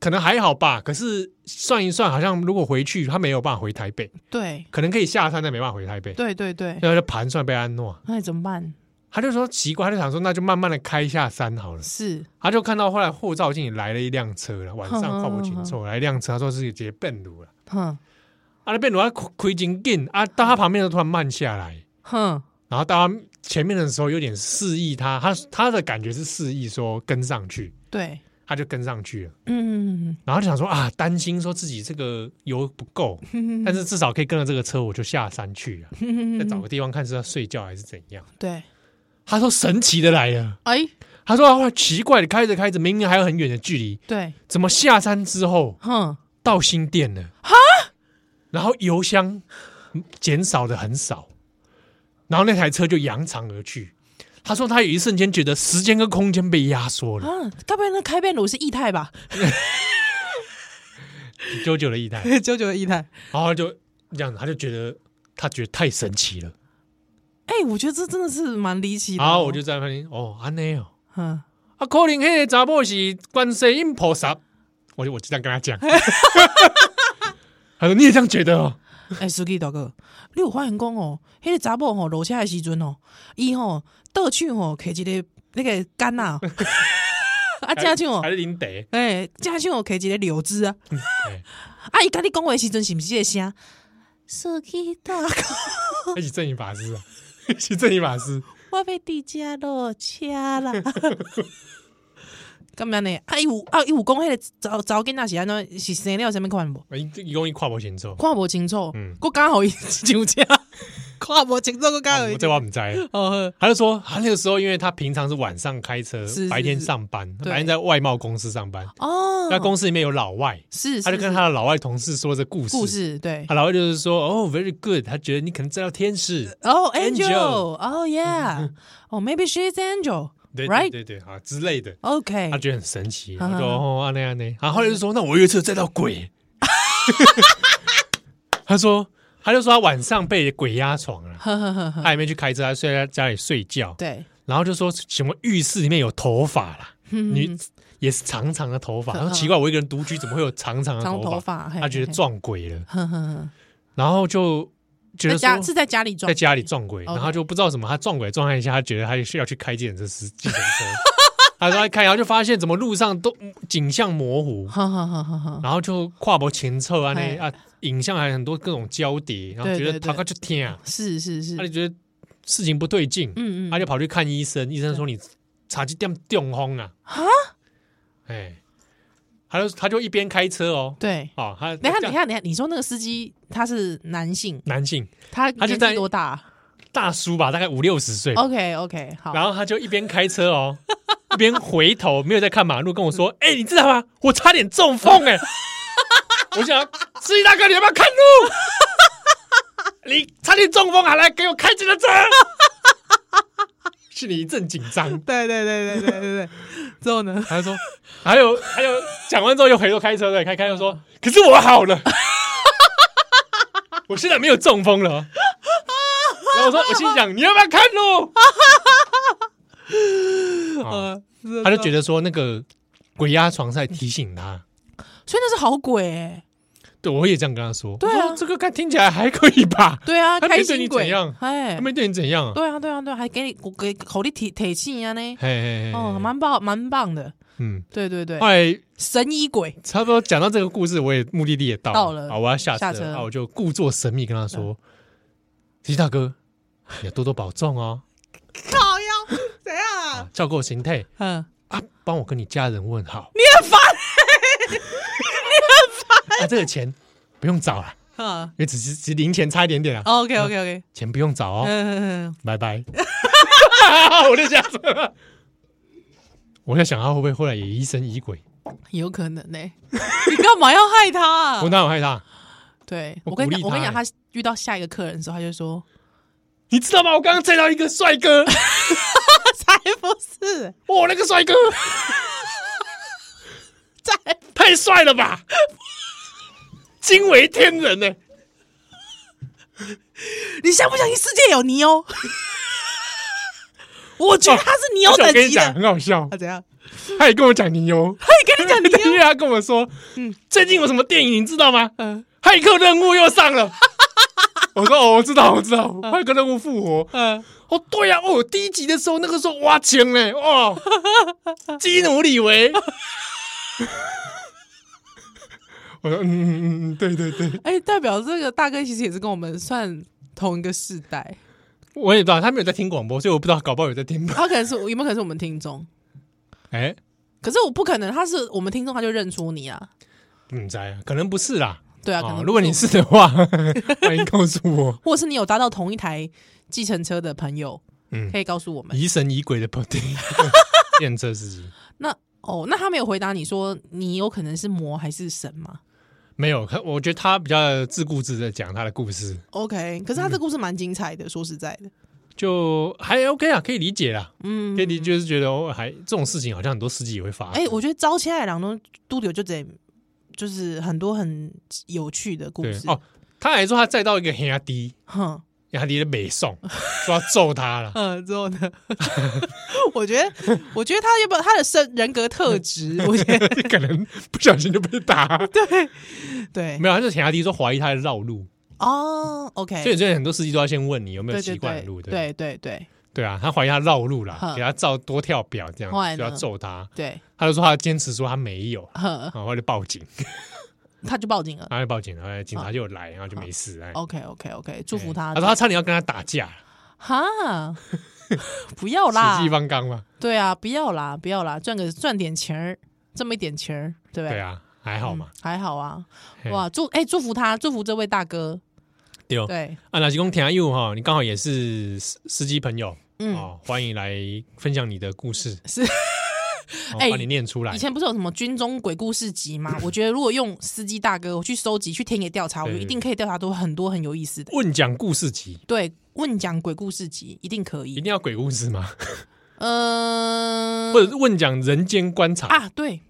[SPEAKER 2] 可能还好吧，可是算一算，好像如果回去他没有办法回台北。
[SPEAKER 3] 对
[SPEAKER 2] 可能可以下山，但没办法回台北。
[SPEAKER 3] 对对对，
[SPEAKER 2] 然后就盘算被安诺，
[SPEAKER 3] 那怎么办？
[SPEAKER 2] 他就说奇怪，他就想说那就慢慢的开下山好了。
[SPEAKER 3] 是
[SPEAKER 2] 他就看到后来后照镜里来了一辆车了，晚上
[SPEAKER 3] 哼
[SPEAKER 2] 跨不紧凑来一辆车，他说是一节笨鲁了。
[SPEAKER 3] 哼
[SPEAKER 2] 啊，那笨鲁他开开真紧啊，到他旁边的时候突然慢下来，
[SPEAKER 3] 哼
[SPEAKER 2] 然后到他前面的时候有点示意他，他他的感觉是示意说跟上去，
[SPEAKER 3] 对，
[SPEAKER 2] 他就跟上去了。
[SPEAKER 3] 嗯，
[SPEAKER 2] 然后就想说啊，担心说自己这个油不够，但是至少可以跟着这个车，我就下山去了，再找个地方看是要睡觉还是怎样。
[SPEAKER 3] 对，
[SPEAKER 2] 他说神奇的来了，
[SPEAKER 3] 哎
[SPEAKER 2] 他说啊，奇怪的开着开着，明明还有很远的距离，
[SPEAKER 3] 对，
[SPEAKER 2] 怎么下山之后
[SPEAKER 3] 哼，
[SPEAKER 2] 到新店了？哈，然后油箱嗯减少的很少，然后那台车就扬长而去。他说他有一瞬间觉得时间跟空间被压缩了，
[SPEAKER 3] 啊，该不会那开遍鲁是液态吧？
[SPEAKER 2] 久久的一代，
[SPEAKER 3] 九九的液态。
[SPEAKER 2] 然后他就这样子，他就觉得他觉得太神奇了。
[SPEAKER 3] 哎、我觉得这真的是蛮离奇的、
[SPEAKER 2] 然
[SPEAKER 3] 哦。
[SPEAKER 2] 后我就在那边哦，安内哦，
[SPEAKER 3] 嗯，
[SPEAKER 2] 啊，可能那个查某是观世音菩萨，我就我就这样跟他 讲，他说你也这样觉得哦，
[SPEAKER 3] 哎、司机大哥，你有发现讲哦，迄、个查某吼落车的时阵哦，伊吼倒手吼摕一个那个 杆呐、啊，啊正手哦
[SPEAKER 2] 还，是林得，
[SPEAKER 3] 哎正手哦摕一个柳枝啊，
[SPEAKER 2] 哎
[SPEAKER 3] 啊伊甲你讲话的时阵是毋是这个声？司机大哥，
[SPEAKER 2] 一起正义法 师啊，一起正义法师，
[SPEAKER 3] 我被地家落车啦。 咁样呢？啊，伊有啊，伊有讲迄个查查某囡仔是安怎是生了什物款无？
[SPEAKER 2] 一一共一跨博前奏，
[SPEAKER 3] 看无清楚，
[SPEAKER 2] 嗯
[SPEAKER 3] 我刚好伊上 车，看无清楚，我刚好伊
[SPEAKER 2] 我。这我唔在。
[SPEAKER 3] 哦，
[SPEAKER 2] 他就说，啊他那个时候，因为他平常是晚上开车，
[SPEAKER 3] 是是
[SPEAKER 2] 白天
[SPEAKER 3] 是
[SPEAKER 2] 上班，
[SPEAKER 3] 对
[SPEAKER 2] 白天在外贸公司上班。
[SPEAKER 3] 哦，
[SPEAKER 2] 那公司里面有老外，
[SPEAKER 3] 是，
[SPEAKER 2] 他就跟
[SPEAKER 3] 是
[SPEAKER 2] 他的老外同事说这故事。
[SPEAKER 3] 故，事对
[SPEAKER 2] 他。老外就是说，哦、v e r y good，他觉得你可能见到天使。
[SPEAKER 3] 哦
[SPEAKER 2] Angel
[SPEAKER 3] ，Angel，Oh yeah，哦，Maybe she's Angel，
[SPEAKER 2] 对
[SPEAKER 3] Right
[SPEAKER 2] 对对对，啊之类的，
[SPEAKER 3] OK，
[SPEAKER 2] 他觉得很神奇。
[SPEAKER 3] 嗯
[SPEAKER 2] 他说，哦，啊那样那，然后他就说，那我有一次有见到鬼。 他说，他就说他晚上被鬼压床了，
[SPEAKER 3] 呵呵呵呵，
[SPEAKER 2] 他还没去开车，他睡在家里睡觉。
[SPEAKER 3] 嗯对，
[SPEAKER 2] 然后就说什么浴室里面有头发啦，
[SPEAKER 3] 嗯
[SPEAKER 2] 女也是长长的头发。他说奇怪，我一个人独居怎么会有长长的
[SPEAKER 3] 长头
[SPEAKER 2] 头发？
[SPEAKER 3] 发，嘿
[SPEAKER 2] 他觉得，撞鬼了，
[SPEAKER 3] 嘿嘿呵呵呵，
[SPEAKER 2] 然后就觉
[SPEAKER 3] 在
[SPEAKER 2] 得
[SPEAKER 3] 家
[SPEAKER 2] 说
[SPEAKER 3] 是在家里装，
[SPEAKER 2] 在家里撞鬼，
[SPEAKER 3] OK
[SPEAKER 2] 然后他就不知道什么，他撞鬼的状态下，他觉得他是要去开计 程车司计程车。他说他开，然后就发现怎么路上都景象模糊，
[SPEAKER 3] 呵呵呵呵呵，
[SPEAKER 2] 然后就跨步前侧啊
[SPEAKER 3] 哦嘿
[SPEAKER 2] 那啊影像还很多各种交叠，然后
[SPEAKER 3] 对
[SPEAKER 2] 觉得
[SPEAKER 3] 对
[SPEAKER 2] 他
[SPEAKER 3] 对
[SPEAKER 2] 快就天啊，
[SPEAKER 3] 是是是
[SPEAKER 2] 他，就啊觉得事情不对劲，
[SPEAKER 3] 嗯嗯，
[SPEAKER 2] 他就跑去看医生，医生说你茶几店中风啊！啊，哎，他就他就一边开车哦，
[SPEAKER 3] 对，
[SPEAKER 2] 哦，他
[SPEAKER 3] 等一下
[SPEAKER 2] 这
[SPEAKER 3] 等
[SPEAKER 2] 样
[SPEAKER 3] 一下等一下，你说那个司机他是男性，
[SPEAKER 2] 男性
[SPEAKER 3] 他
[SPEAKER 2] 他就
[SPEAKER 3] 年
[SPEAKER 2] 在
[SPEAKER 3] 纪多大
[SPEAKER 2] 大叔吧，大概五六十岁，
[SPEAKER 3] ？OK OK，好，
[SPEAKER 2] 然后他就一边开车哦， 一边回头没有在看马路，跟我说：“哎，你知道吗？我差点中风哎！” 我想，司机大哥，你要不要看路？你差点中风还来给我开这个车， 心里一阵紧张。
[SPEAKER 3] 对对对对对对对，之后呢？
[SPEAKER 2] 他就说，还有还有，讲完之后又回头开车对，开开又说，可是我好了， 我现在没有中风了。然后我说，我心想，你要不要看路？啊
[SPEAKER 3] 呃，是
[SPEAKER 2] 他就觉，得说，那个鬼压床是在提醒他。
[SPEAKER 3] 所以那是好鬼欸，
[SPEAKER 2] 对，
[SPEAKER 3] 对
[SPEAKER 2] 我也这样跟他说。
[SPEAKER 3] 对啊
[SPEAKER 2] 我说这个看听起来还可以 吧？
[SPEAKER 3] 对啊，
[SPEAKER 2] 他没
[SPEAKER 3] 开
[SPEAKER 2] 对你
[SPEAKER 3] 心鬼
[SPEAKER 2] 怎样，
[SPEAKER 3] 哎
[SPEAKER 2] 他，没对你怎样啊？
[SPEAKER 3] 对啊，对啊，对啊，还给你我给口里提提气啊呢，
[SPEAKER 2] 嘿嘿嘿，
[SPEAKER 3] 哦，
[SPEAKER 2] 嘿
[SPEAKER 3] 蛮棒，蛮棒的，
[SPEAKER 2] 嗯。
[SPEAKER 3] 对对对
[SPEAKER 2] 后，来
[SPEAKER 3] 神医鬼，
[SPEAKER 2] 差不多讲到这个故事，我也目的地也到了，
[SPEAKER 3] 到了
[SPEAKER 2] 啊，我要下车，
[SPEAKER 3] 下车嗯
[SPEAKER 2] 啊，我就故作神秘跟他说：“吉大哥，你要多多保重哦，
[SPEAKER 3] 靠腰，怎样
[SPEAKER 2] 啊？，照顾形态
[SPEAKER 3] 嗯，
[SPEAKER 2] 啊，帮我跟你家人问好。
[SPEAKER 3] 你很烦欸
[SPEAKER 2] 啊，这个钱不用找了，
[SPEAKER 3] 啊
[SPEAKER 2] 因为只是只零钱差一点点啊，
[SPEAKER 3] ，OK OK OK，
[SPEAKER 2] 钱不用找哦，
[SPEAKER 3] 嗯，
[SPEAKER 2] 拜拜。” 我就下车了，我在想他会不会后来也疑神疑鬼？
[SPEAKER 3] 有可能呢， 你干嘛要害他啊
[SPEAKER 2] 我？哪有害怕？
[SPEAKER 3] 对
[SPEAKER 2] 我
[SPEAKER 3] 我跟
[SPEAKER 2] 鼓
[SPEAKER 3] 你讲，
[SPEAKER 2] 励
[SPEAKER 3] 我跟你
[SPEAKER 2] 他欸
[SPEAKER 3] 讲，他遇到下一个客人的时候，他就说，
[SPEAKER 2] 你知道吗？我刚刚见到一个帅哥，
[SPEAKER 3] 才不是，
[SPEAKER 2] 哇，那个帅哥
[SPEAKER 3] 才
[SPEAKER 2] 太帅了吧，惊为天人呢、
[SPEAKER 3] 你相不相信世界有尼欧？ 我觉得他是尼欧
[SPEAKER 2] 而且
[SPEAKER 3] 等
[SPEAKER 2] 我跟你
[SPEAKER 3] 级
[SPEAKER 2] 讲，
[SPEAKER 3] 的，
[SPEAKER 2] 很好笑
[SPEAKER 3] 他，怎样？
[SPEAKER 2] 他也跟我讲尼欧，
[SPEAKER 3] 他也跟 你讲尼
[SPEAKER 2] 因
[SPEAKER 3] 欧，
[SPEAKER 2] 为他跟我说，嗯
[SPEAKER 3] 嗯，
[SPEAKER 2] 最近有什么电影你知道吗？
[SPEAKER 3] 嗯
[SPEAKER 2] 骇客任务又上了。我说哦，我知道，我知道，骇客任务复活。
[SPEAKER 3] 嗯，
[SPEAKER 2] 哦，对呀、啊，哦，第一集的时候那个时候哇，钱嘞，哦， 基努里维。 我说嗯嗯嗯嗯，对对对，
[SPEAKER 3] 哎，代表这个大哥其实也是跟我们算同一个世代，
[SPEAKER 2] 我也不知道他没有在听广播，所以我不知道，搞不好有在听吧。
[SPEAKER 3] 他可能是 有没有可能是我们听众？
[SPEAKER 2] 哎，
[SPEAKER 3] 可是我不可能，他是我们听众，他就认出你啊，
[SPEAKER 2] 嗯，在可能不是啦。
[SPEAKER 3] 对啊，可能
[SPEAKER 2] 啊
[SPEAKER 3] 不，
[SPEAKER 2] 如果你
[SPEAKER 3] 我，
[SPEAKER 2] 是的话， 欢迎告诉我。
[SPEAKER 3] 或是你有搭到同一台计程车的朋友，
[SPEAKER 2] 嗯
[SPEAKER 3] 可，以告诉我们。
[SPEAKER 2] 疑神疑鬼的 p o t 电车司机
[SPEAKER 3] 那哦，那他没有回答你说你有可能是魔还是神吗
[SPEAKER 2] 没有，他我觉得他比较自顾自的讲他的故事，嗯
[SPEAKER 3] ？OK，可是他这故事蛮精彩的，说实在的，
[SPEAKER 2] 就还 OK 啊，可以理解啦。
[SPEAKER 3] 嗯，
[SPEAKER 2] 可以理解就是觉得哦，还这种事情好像很多司机也会发生。
[SPEAKER 3] 哎、我觉得招起来两东都有就这，就是很多很有趣的故
[SPEAKER 2] 对
[SPEAKER 3] 事。
[SPEAKER 2] 哦，他还说他载到一个黑压低，
[SPEAKER 3] 哼，
[SPEAKER 2] 压低的北 宋，说要揍他 了。
[SPEAKER 3] 嗯，之后呢？ 我觉得，我觉得他有没有他的生人格特质？ 我觉得
[SPEAKER 2] 可能不小心就被打，
[SPEAKER 3] 对，
[SPEAKER 2] 没有，他就田压低说怀疑他在绕路，
[SPEAKER 3] 哦，OK，
[SPEAKER 2] 所以所以很多司机都要先问你有没有
[SPEAKER 3] 对
[SPEAKER 2] 习
[SPEAKER 3] 对
[SPEAKER 2] 惯的
[SPEAKER 3] 对
[SPEAKER 2] 路，对
[SPEAKER 3] 对对对
[SPEAKER 2] 对啊，他怀疑他绕路啦，
[SPEAKER 3] 哼
[SPEAKER 2] 给他照多跳表这样
[SPEAKER 3] 后来，呢
[SPEAKER 2] 就要揍他，
[SPEAKER 3] 对，
[SPEAKER 2] 他就说他坚持说他没有，
[SPEAKER 3] 呵，
[SPEAKER 2] 然后就报警，
[SPEAKER 3] 他就报警了。
[SPEAKER 2] 然后就报警，然后警察就来，然后就没事，哎，
[SPEAKER 3] OK OK OK，祝福
[SPEAKER 2] 哎
[SPEAKER 3] 他。
[SPEAKER 2] 他说他差点要跟他打架，
[SPEAKER 3] 哈， 不要啦
[SPEAKER 2] 血，气方刚嘛，
[SPEAKER 3] 对啊，不要啦，不要啦，赚个赚点钱儿，这么一点钱儿，对不
[SPEAKER 2] 对
[SPEAKER 3] 对？
[SPEAKER 2] 啊，还好嘛
[SPEAKER 3] 嗯，还好啊
[SPEAKER 2] 嘿，
[SPEAKER 3] 哇，祝哎、祝福他，祝福这位大哥，
[SPEAKER 2] 对哦，
[SPEAKER 3] 对，
[SPEAKER 2] 啊，那是公田阿佑哈，你刚好也是司司机朋友
[SPEAKER 3] 嗯，
[SPEAKER 2] 哦，欢迎来分享你的故事，
[SPEAKER 3] 是
[SPEAKER 2] 哦，
[SPEAKER 3] 哎
[SPEAKER 2] 把你念出来
[SPEAKER 3] 以，前不是有什么军中鬼故事集吗？ 我觉得如果用司机大哥我去收集、去田野调查，我
[SPEAKER 2] 对
[SPEAKER 3] 觉得一定可以调查出很多很有意思的。
[SPEAKER 2] 问讲故事集，
[SPEAKER 3] 对，问讲鬼故事集一定可
[SPEAKER 2] 一
[SPEAKER 3] 以。
[SPEAKER 2] 定要鬼故事吗？
[SPEAKER 3] 嗯、
[SPEAKER 2] 或者是问讲人间观察？
[SPEAKER 3] 啊，对，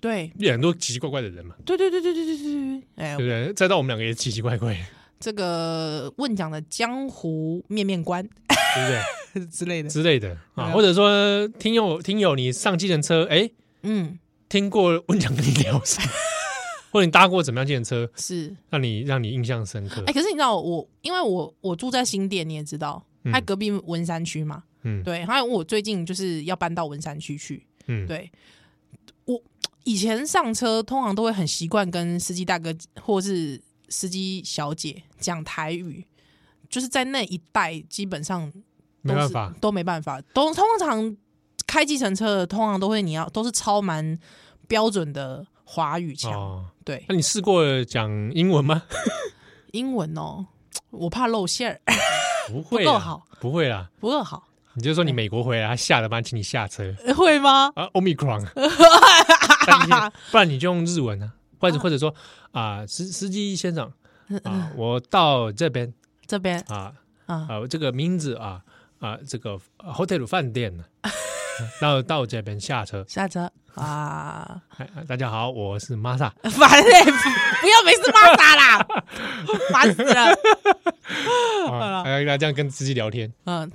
[SPEAKER 3] 对，
[SPEAKER 2] 有很多奇奇怪怪的人嘛，
[SPEAKER 3] 对对对对对对对对。哎
[SPEAKER 2] 对不，对？再到我们两个也奇奇怪怪，
[SPEAKER 3] 这个问讲的江湖面面观
[SPEAKER 2] 对 不对？
[SPEAKER 3] 之类的，
[SPEAKER 2] 之类的啊，
[SPEAKER 3] 对啊
[SPEAKER 2] 或者说听友听友，你上计程车，哎，
[SPEAKER 3] 嗯，
[SPEAKER 2] 听过问讲跟你聊什 么？或者你搭过怎么样计程车，
[SPEAKER 3] 是。
[SPEAKER 2] 让你让你印象深刻
[SPEAKER 3] 哎、？可是你知道我，因为我我住在新店，你也知道，
[SPEAKER 2] 嗯
[SPEAKER 3] 它隔壁文山区嘛，
[SPEAKER 2] 嗯
[SPEAKER 3] 对，还有我最近就是要搬到文山区去，
[SPEAKER 2] 嗯，
[SPEAKER 3] 对我以前上车通常都会很习惯跟司机大哥或是司机小姐讲台语，就是在那一带基本上都
[SPEAKER 2] 没办
[SPEAKER 3] 是
[SPEAKER 2] 法，
[SPEAKER 3] 都没办法，都通常开计程车的通常都会你要都是超蛮标准的华语腔，
[SPEAKER 2] 哦。
[SPEAKER 3] 对
[SPEAKER 2] 那你试过讲英文吗？
[SPEAKER 3] 英文哦，我怕露馅儿，
[SPEAKER 2] 不会，啊
[SPEAKER 3] 不够好，
[SPEAKER 2] 不会啦。
[SPEAKER 3] 不够好，
[SPEAKER 2] 你就说
[SPEAKER 3] 嗯
[SPEAKER 2] 你美国回来，他吓得把你请你下车
[SPEAKER 3] 呃会吗？
[SPEAKER 2] 啊，omicron，但你先不然你就用日文啊，或者或者说啊，司司机先生
[SPEAKER 3] 嗯
[SPEAKER 2] 啊，我到这边
[SPEAKER 3] 这边
[SPEAKER 2] 啊
[SPEAKER 3] 啊，
[SPEAKER 2] 啊，这个名字啊啊，这个呃 hotel 饭店呢， 到到这边下车。
[SPEAKER 3] 下车啊，
[SPEAKER 2] 哎大家好，我是啊玛莎。
[SPEAKER 3] 烦嘞、不要没事骂他啦，烦死了。
[SPEAKER 2] 啊，还要跟他这样跟司机聊天，
[SPEAKER 3] 嗯，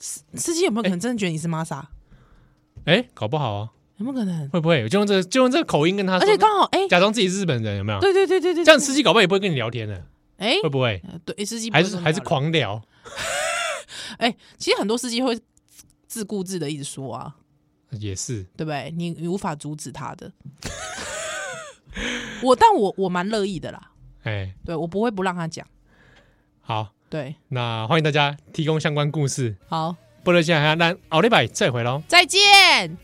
[SPEAKER 3] 司司机有没有可能真的觉得你是玛莎、
[SPEAKER 2] 哎，搞不好啊，
[SPEAKER 3] 有没有可能？
[SPEAKER 2] 会不会就用这就用这个口音跟他
[SPEAKER 3] 而
[SPEAKER 2] 说，
[SPEAKER 3] 且刚好哎、
[SPEAKER 2] 假装自己是日本人，有没有？
[SPEAKER 3] 对对对对对，
[SPEAKER 2] 这样司机搞不好也不会跟你聊天的，
[SPEAKER 3] 哎、
[SPEAKER 2] 会不会？
[SPEAKER 3] 呃对，司机不
[SPEAKER 2] 还
[SPEAKER 3] 会
[SPEAKER 2] 是
[SPEAKER 3] 这么
[SPEAKER 2] 还是
[SPEAKER 3] 聊的
[SPEAKER 2] 狂聊？
[SPEAKER 3] 哎、其实很多司机会自顾自的一直说啊，
[SPEAKER 2] 也是，
[SPEAKER 3] 对不对？你你无法阻止他的。 我但我我蛮乐意的啦，
[SPEAKER 2] 哎，
[SPEAKER 3] 对我不会不让他讲。
[SPEAKER 2] 好，
[SPEAKER 3] 对，
[SPEAKER 2] 那欢迎大家提供相关故事。
[SPEAKER 3] 好，
[SPEAKER 2] 波乐先生，那奥利拜再回喽。
[SPEAKER 3] 再见。